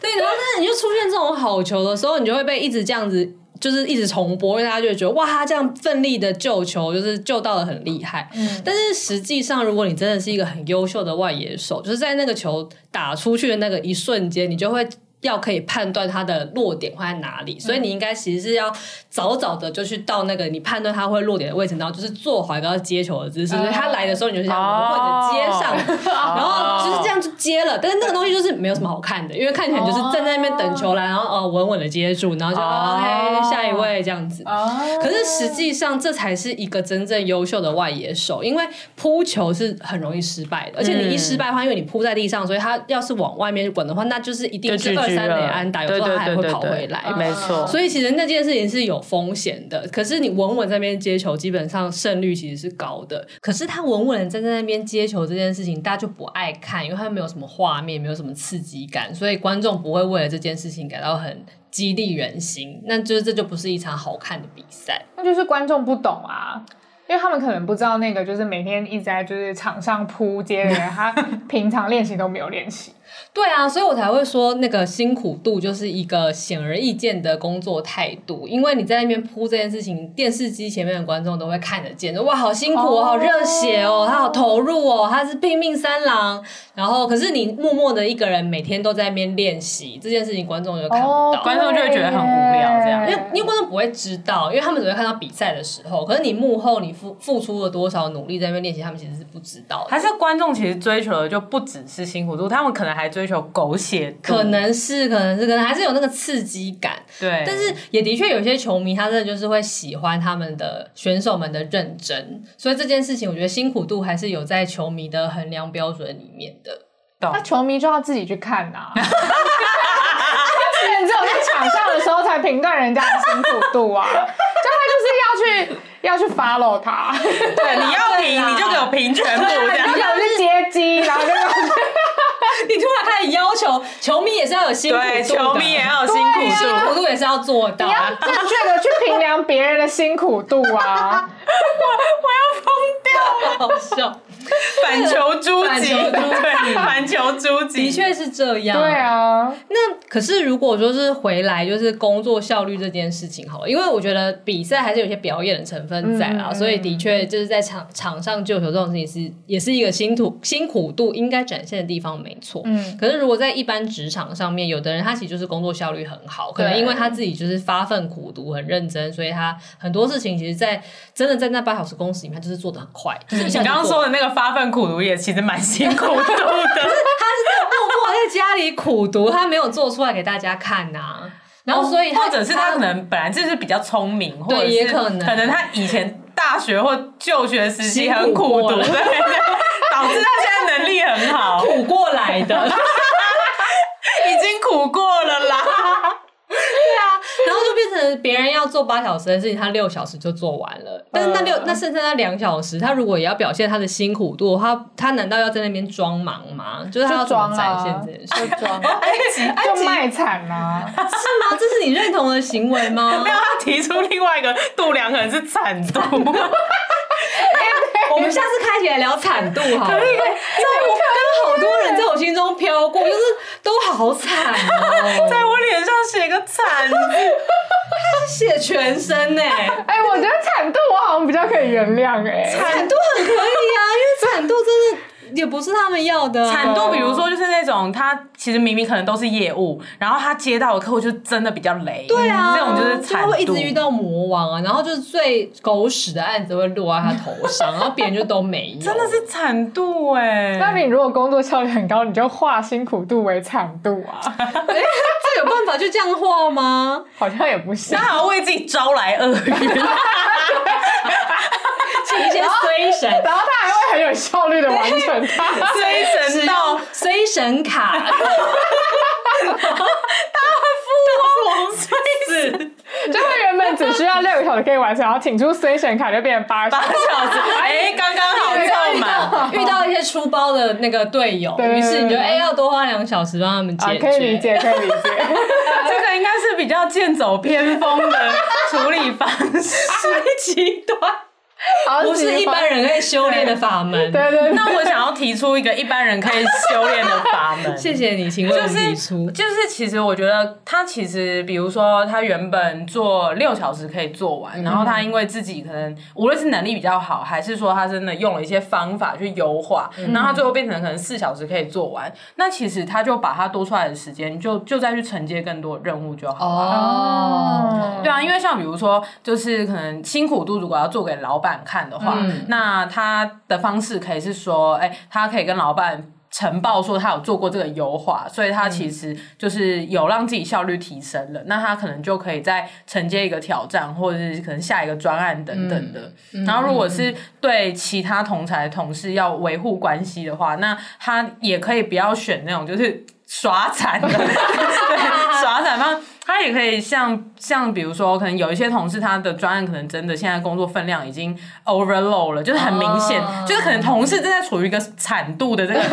Speaker 4: 对，然后但是你就出现这种好球的时候，你就会被一直这样子就是一直重播，因为大家就会觉得哇，他这样奋力的救球，就是救到了很厉害。但是实际上，如果你真的是一个很优秀的外野手，就是在那个球打出去的那个一瞬间，你就会。要可以判断它的落点会在哪里，所以你应该其实是要早早的就去到那个你判断它会落点的位置，然后就是做好一个要接球的姿势，所以他来的时候你就想
Speaker 3: 哦
Speaker 4: 或者接上，然后就是这样就接了。但是那个东西就是没有什么好看的，因为看起来你就是站在那边等球来，然后哦稳稳的接住，然后就、
Speaker 3: 哦
Speaker 4: OK 下一位这样子。
Speaker 2: 啊，
Speaker 4: 可是实际上，这才是一个真正优秀的外野手，因为扑球是很容易失败
Speaker 3: 嗯
Speaker 4: 的，而且你一失败的话，因为你扑在地上，所以他要是往外面滚的话，那就是一
Speaker 3: 就
Speaker 4: 定是
Speaker 3: 拒
Speaker 4: 二
Speaker 3: 绝
Speaker 4: 三垒
Speaker 3: 了，
Speaker 4: 安打，有
Speaker 3: 对
Speaker 4: 时候
Speaker 3: 对
Speaker 4: 他还
Speaker 3: 对
Speaker 4: 会
Speaker 3: 对
Speaker 4: 跑回
Speaker 3: 对，
Speaker 4: 来。
Speaker 3: 没错。
Speaker 4: 所以其实那件事情是有风险的，可是你稳稳在那边接球，基本上胜率其实是高的。可是他稳稳的站在那边接球这件事情，大家就不爱看，因为他没有什么画面，没有什么刺激感，所以观众不会为了这件事情感到很激励人心。那就是这就不是一场好看的比赛。
Speaker 2: 那就是观众不懂啊。因为他们可能不知道那个，就是每天一直在就是场上扑街的人，他平常练习都没有练习。
Speaker 4: 对啊，所以我才会说那个辛苦度就是一个显而易见的工作态度，因为你在那边铺这件事情，电视机前面的观众都会看得见，就哇，好辛苦哦，
Speaker 2: 哦
Speaker 4: 好热血哦，他好投入哦，他是拼命三郎。然后，可是你默默的一个人每天都在那边练习这件事情，观众就看不
Speaker 2: 哦
Speaker 4: 到。
Speaker 3: 哦观众就会觉得很无聊这样
Speaker 4: 因为因为观众不会知道，因为他们只会看到比赛的时候，可是你幕后你付付出了多少努力在那边练习，他们其实是不知道的。
Speaker 3: 还是观众其实追求的就不只是辛苦度，他们可能还追求狗血度，
Speaker 4: 可能是，可能是，可能还是有那个刺激感。
Speaker 3: 对，
Speaker 4: 但是也的确有些球迷，他真的就是会喜欢他们的选手们的认真，所以这件事情，我觉得辛苦度还是有在球迷的衡量标准里面的。
Speaker 3: 懂
Speaker 2: 那球迷就要自己去看呐、啊。 他们只有在场上的时候才评断人家的辛苦度啊，就他就是要去要去 follow 他，
Speaker 3: 对你要平你就给我平全部 这
Speaker 2: 然后
Speaker 3: 样。
Speaker 2: 有去接机，然后就
Speaker 4: 你突然开始要求球迷也是要有辛苦
Speaker 3: 对，
Speaker 4: 度的，啊
Speaker 3: 球迷也要啊有辛苦
Speaker 4: 辛
Speaker 3: 度。
Speaker 4: 苦度也是要做到
Speaker 2: 你。要正确的去评量别人的辛苦度 啊。
Speaker 4: 好笑，
Speaker 3: 反求诸己，
Speaker 4: 反求
Speaker 3: 对，反求
Speaker 4: 诸己
Speaker 3: 诸己，
Speaker 4: 的确是这样。
Speaker 2: 对啊，
Speaker 3: 嗯
Speaker 4: 那可是如果说是回来就是工作效率这件事情好了，因为我觉得比赛还是有些表演的成分在啦，
Speaker 2: 嗯
Speaker 4: 所以的确就是在场场上救球这种事情是也是一个辛苦辛苦度应该展现的地方，没错。
Speaker 2: 嗯，
Speaker 4: 可是，如果在一般职场上面，有的人他其实就是工作效率很好，可能
Speaker 2: 对
Speaker 4: 因为他自己就是发奋苦读、很认真，所以他很多事情其实在真的在那八小时工时里面，他就是做的很 快。就是一
Speaker 3: 你
Speaker 4: 下就
Speaker 3: 刚刚
Speaker 4: 做
Speaker 3: 说
Speaker 4: 完
Speaker 3: 的那个发奋苦读也其实蛮辛苦度 的，
Speaker 4: 默默在家里苦读，他没有做出来给大家看呐、然后，哦所以他
Speaker 3: 哦或者是他可能本来就是比较聪明，或者是
Speaker 4: 也可能
Speaker 3: 可能他以前大学或就学时期
Speaker 4: 辛苦
Speaker 3: 很苦
Speaker 4: 过
Speaker 3: 读，
Speaker 4: 了
Speaker 3: 对，导致他现在能力很好，
Speaker 4: 苦过来的。
Speaker 3: 已经苦过了 啦。
Speaker 4: 然后就变成别人要做八小时的事情，他六小时就做完了。但是那六、那剩下那两小时，他如果也要表现他的辛苦度的话，他他难道要在那边装忙吗？就是他要
Speaker 2: 就
Speaker 4: 怎么
Speaker 2: 装
Speaker 4: 展
Speaker 2: 啊
Speaker 4: 现这件 事？
Speaker 2: 就装，就卖惨啊。
Speaker 4: 是吗？这是你认同的行为 吗？
Speaker 3: 没有，他提出另外一个度量衡是惨 度，
Speaker 4: 我们下次开起来聊惨度好了。因为我刚刚好多人在我心中飘过，就是都好惨哦，
Speaker 3: 在我脸上写个惨字，
Speaker 4: 写全身呢、
Speaker 2: 哎、我觉得惨度我好像比较可以原谅哎、
Speaker 4: 惨度很可以啊，因为惨度真的也不是他们要的啊、
Speaker 3: 惨度，比如说就是那种他其实明明可能都是业务，然后他接到的客户就真的比较雷，
Speaker 4: 对啊，
Speaker 3: 这种就是惨
Speaker 4: 就会一
Speaker 3: 度
Speaker 4: 直。遇到魔王啊，然后就是最狗屎的案子会落在他头上，然后别人就都没有，
Speaker 3: 真的是惨度哎、
Speaker 2: 那你如果工作效率很高，你就化辛苦度为惨度啊，
Speaker 4: 这有办法就这样画吗？
Speaker 2: 好像也不行
Speaker 3: 他。还要为自己招来厄运，
Speaker 4: 请一些衰神。
Speaker 2: 然后他还会很有效率的完成它。
Speaker 3: 追神到
Speaker 4: 衰神卡，
Speaker 3: 追死
Speaker 2: 就他原本只需要六个小时可以完成，然后请出随选卡就变成八
Speaker 3: 八
Speaker 2: 小时。
Speaker 3: 小时，哎、刚刚好凑 满。
Speaker 4: 遇到一些出包的那个队友，
Speaker 2: 对
Speaker 4: 于是你就哎、要多花两小时帮他们
Speaker 2: 啊
Speaker 4: 解，决，
Speaker 2: 可以理解，可以理解。
Speaker 3: 这个应该 是比较剑走偏锋的处理方式，
Speaker 4: 极端。
Speaker 2: 好
Speaker 4: 不是一般人可以修炼的法门。
Speaker 2: 对对对，
Speaker 3: 那我想要提出一个一般人可以修炼的法门，
Speaker 4: 谢谢你，请为我
Speaker 3: 就
Speaker 4: 们
Speaker 3: 是
Speaker 4: 提出。
Speaker 3: 就是，其实我觉得他其实，比如说他原本做六小时可以做
Speaker 4: 嗯
Speaker 3: 完，然后他因为自己可能无论是能力比较好，还是说他真的用了一些方法去优化，
Speaker 4: 嗯
Speaker 3: 然后他最后变成可能四小时可以做完。那其实他就把他多出来的时间，就就再去承接更多的任务就好了。
Speaker 4: 哦，
Speaker 2: 嗯
Speaker 3: 对啊，因为像比如说，就是可能辛苦度如果要做给老板看的话，
Speaker 4: 嗯
Speaker 3: 那他的方式可以是说，哎、他可以跟老板。呈报说他有做过这个优化，所以他其实就是有让自己效率提升了。那他可能就可以再承接一个挑战，或者是可能下一个专案等等的。然后如果是对其他同才同事要维护关系的话，那他也可以不要选那种就是耍惨的， 对，耍惨方。他也可以像像比如说，可能有一些同事他的专案可能真的现在工作分量已经 overload 了，就是很明显就是可能同事正在处于一个产度的这个的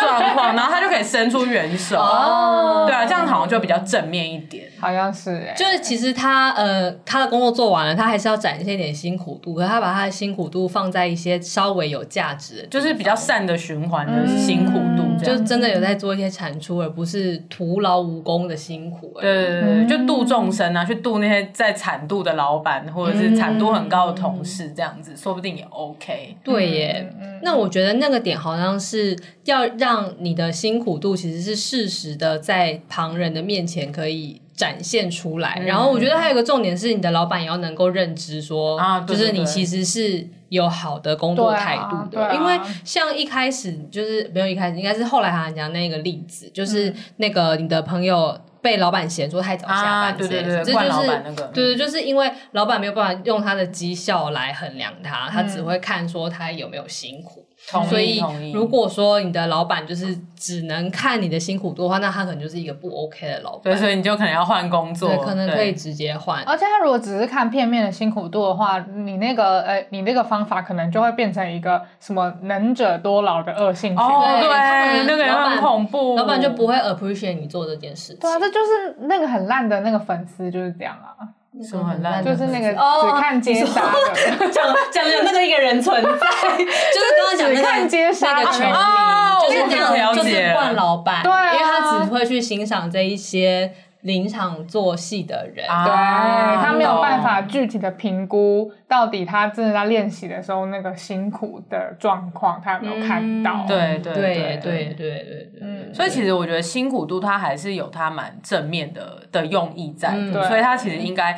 Speaker 3: 状况，然后他就可以伸出援手
Speaker 4: 哦
Speaker 3: 对啊，这样好像就比较正面一点。
Speaker 2: 好像是哎、
Speaker 4: 就是其实他呃，他的工作做完了，他还是要展现一点辛苦度，可是他把他的辛苦度放在一些稍微有价值的，
Speaker 3: 就是比较善的循环的辛苦度，这
Speaker 4: 就
Speaker 3: 样、
Speaker 4: 是真的有在做一些产出，而不是徒劳无功的辛苦而已。
Speaker 3: 对对
Speaker 2: 嗯
Speaker 3: 对对，就度众生啊，去度那些在产度的老板或
Speaker 2: 嗯
Speaker 3: 者是产度很高的同事，这样子、说不定也 OK。
Speaker 4: 对耶，
Speaker 2: 嗯
Speaker 3: 嗯
Speaker 4: 那我觉得那个点好像是要让你的辛苦度其实是适时的在旁人的面前可以展现出
Speaker 3: 嗯
Speaker 4: 来。然后我觉得还有一个重点是，你的老板也要能够认知说，
Speaker 3: 啊对
Speaker 4: 就是
Speaker 3: 对
Speaker 4: 你
Speaker 3: 对
Speaker 4: 其实是有好的工作
Speaker 2: 对啊
Speaker 4: 态度
Speaker 2: 对
Speaker 4: 的，
Speaker 2: 啊
Speaker 4: 因为像一开始就是没有一开始，应该是后来他讲那个例子，
Speaker 3: 嗯
Speaker 4: 就是那个你的朋友。被老板嫌说太早下
Speaker 3: 啊
Speaker 4: 班之类
Speaker 3: 对对对
Speaker 4: 的、这就
Speaker 3: 惯老
Speaker 4: 是
Speaker 3: 板那个
Speaker 4: 对对，就是因为老板没有办法用他的绩效来衡量他，他只会看说他有没有辛苦。
Speaker 3: 同意
Speaker 4: 所以
Speaker 3: 同意
Speaker 4: 如果说你的老板就是只能看你的辛苦度的话，那他可能就是一个不 OK 的老
Speaker 3: 对，
Speaker 4: 板。
Speaker 3: 所以你就可能要换工作，
Speaker 4: 对，可能可以
Speaker 3: 对
Speaker 4: 直接换。
Speaker 2: 而且他如果只是看片面的辛苦度的话，你那个呃，你那个方法可能就会变成一个什么能者多劳的恶性循环。
Speaker 3: 哦，
Speaker 4: 对他
Speaker 3: 对，
Speaker 4: 们
Speaker 3: 那个也
Speaker 4: 老
Speaker 3: 很
Speaker 4: 板
Speaker 3: 恐怖，
Speaker 4: 老板就不会 appreciate 你做这件事情。
Speaker 2: 对啊，这就是那个很烂的那个粉丝就是这样啊，
Speaker 3: 什么很烂的
Speaker 2: 就
Speaker 3: 粉丝，
Speaker 2: 是那个
Speaker 4: 哦
Speaker 2: 只看接杀 的，
Speaker 4: 讲讲有那个一个人存在， 就是刚刚讲那
Speaker 2: 只看
Speaker 4: 个
Speaker 2: 接杀
Speaker 4: 那个
Speaker 2: 的
Speaker 4: 球
Speaker 2: 人
Speaker 3: 哦，
Speaker 4: 就是
Speaker 3: 我
Speaker 4: 这
Speaker 3: 了
Speaker 4: 样，就
Speaker 3: 解
Speaker 4: 是惯老板，
Speaker 2: 对啊
Speaker 4: 因为他只会去欣赏这一些临场做戏的人。
Speaker 3: 啊
Speaker 2: 对
Speaker 4: 哦
Speaker 2: 他没有办法具体的评估到底他真的在练习的时候那个辛苦的状况，他有没有看到？
Speaker 4: 嗯
Speaker 3: 对对
Speaker 4: 对
Speaker 3: 对
Speaker 4: 对对对对
Speaker 2: 嗯，
Speaker 3: 所以其实我觉得辛苦度它还是有它蛮正面的的用意在的，
Speaker 4: 嗯
Speaker 2: 对
Speaker 3: 所以它其实应该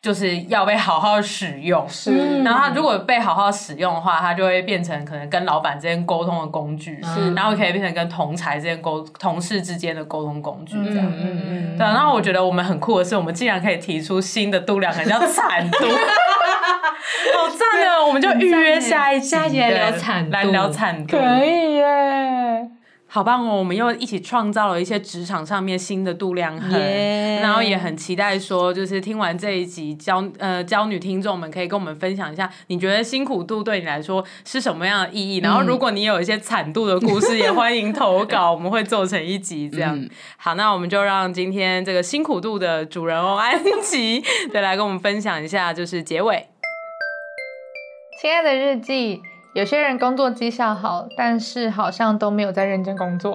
Speaker 3: 就是要被好好使用。
Speaker 2: 是
Speaker 3: 然后它如果被好好使用的话，它就会变成可能跟老板之间沟通的工具，
Speaker 4: 是
Speaker 3: 然后可以变成跟同才之间沟同事之间的沟通工具这样。
Speaker 2: 嗯嗯嗯。
Speaker 3: 对啊，然后我觉得我们很酷的是，我们竟然可以提出新的度量衡叫惨 度，好赞哦！我们就预约下一集，啊
Speaker 4: 下一集来聊
Speaker 3: 对
Speaker 4: 惨
Speaker 3: 来
Speaker 4: 度
Speaker 3: 聊惨度，
Speaker 2: 可以耶！
Speaker 3: 好棒哦！我们又一起创造了一些职场上面新的度量衡
Speaker 5: Yeah
Speaker 3: 然后也很期待说，就是听完这一集，教呃教女听众们可以跟我们分享一下，你觉得辛苦度对你来说是什么样的意义？然后如果你有一些惨度的故事，也欢迎投稿，我们会做成一集这样。好，那我们就让今天这个辛苦度的主人翁安琪， 对，来跟我们分享一下，就是结尾。
Speaker 2: 亲爱的日记，有些人工作绩效好，但是好像都没有在认真工作；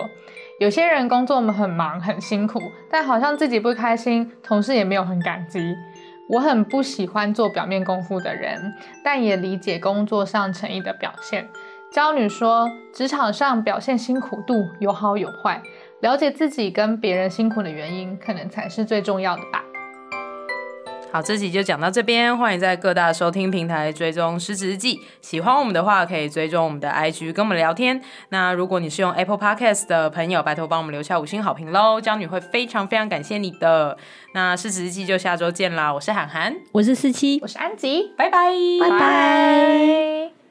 Speaker 2: 有些人工作很忙很辛苦，但好像自己不开心，同事也没有很感激。我很不喜欢做表面功夫的人，但也理解工作上诚意的表现。娇女说，职场上表现辛苦度有好有坏，了解自己跟别人辛苦的原因，可能才是最重要的吧。
Speaker 3: 好，这集就讲到这边，欢迎在各大收听平台追踪《失职日记》。喜欢我们的话，可以追踪我们的 IG 跟我们聊天。那如果你是用 Apple Podcast 的朋友，拜托帮我们留下五星好评喽，娇女会非常非常感谢你的。那《失职日记》就下周见啦，我是涵涵，
Speaker 5: 我是思七，
Speaker 2: 我是安吉，
Speaker 3: 拜拜，
Speaker 2: 拜拜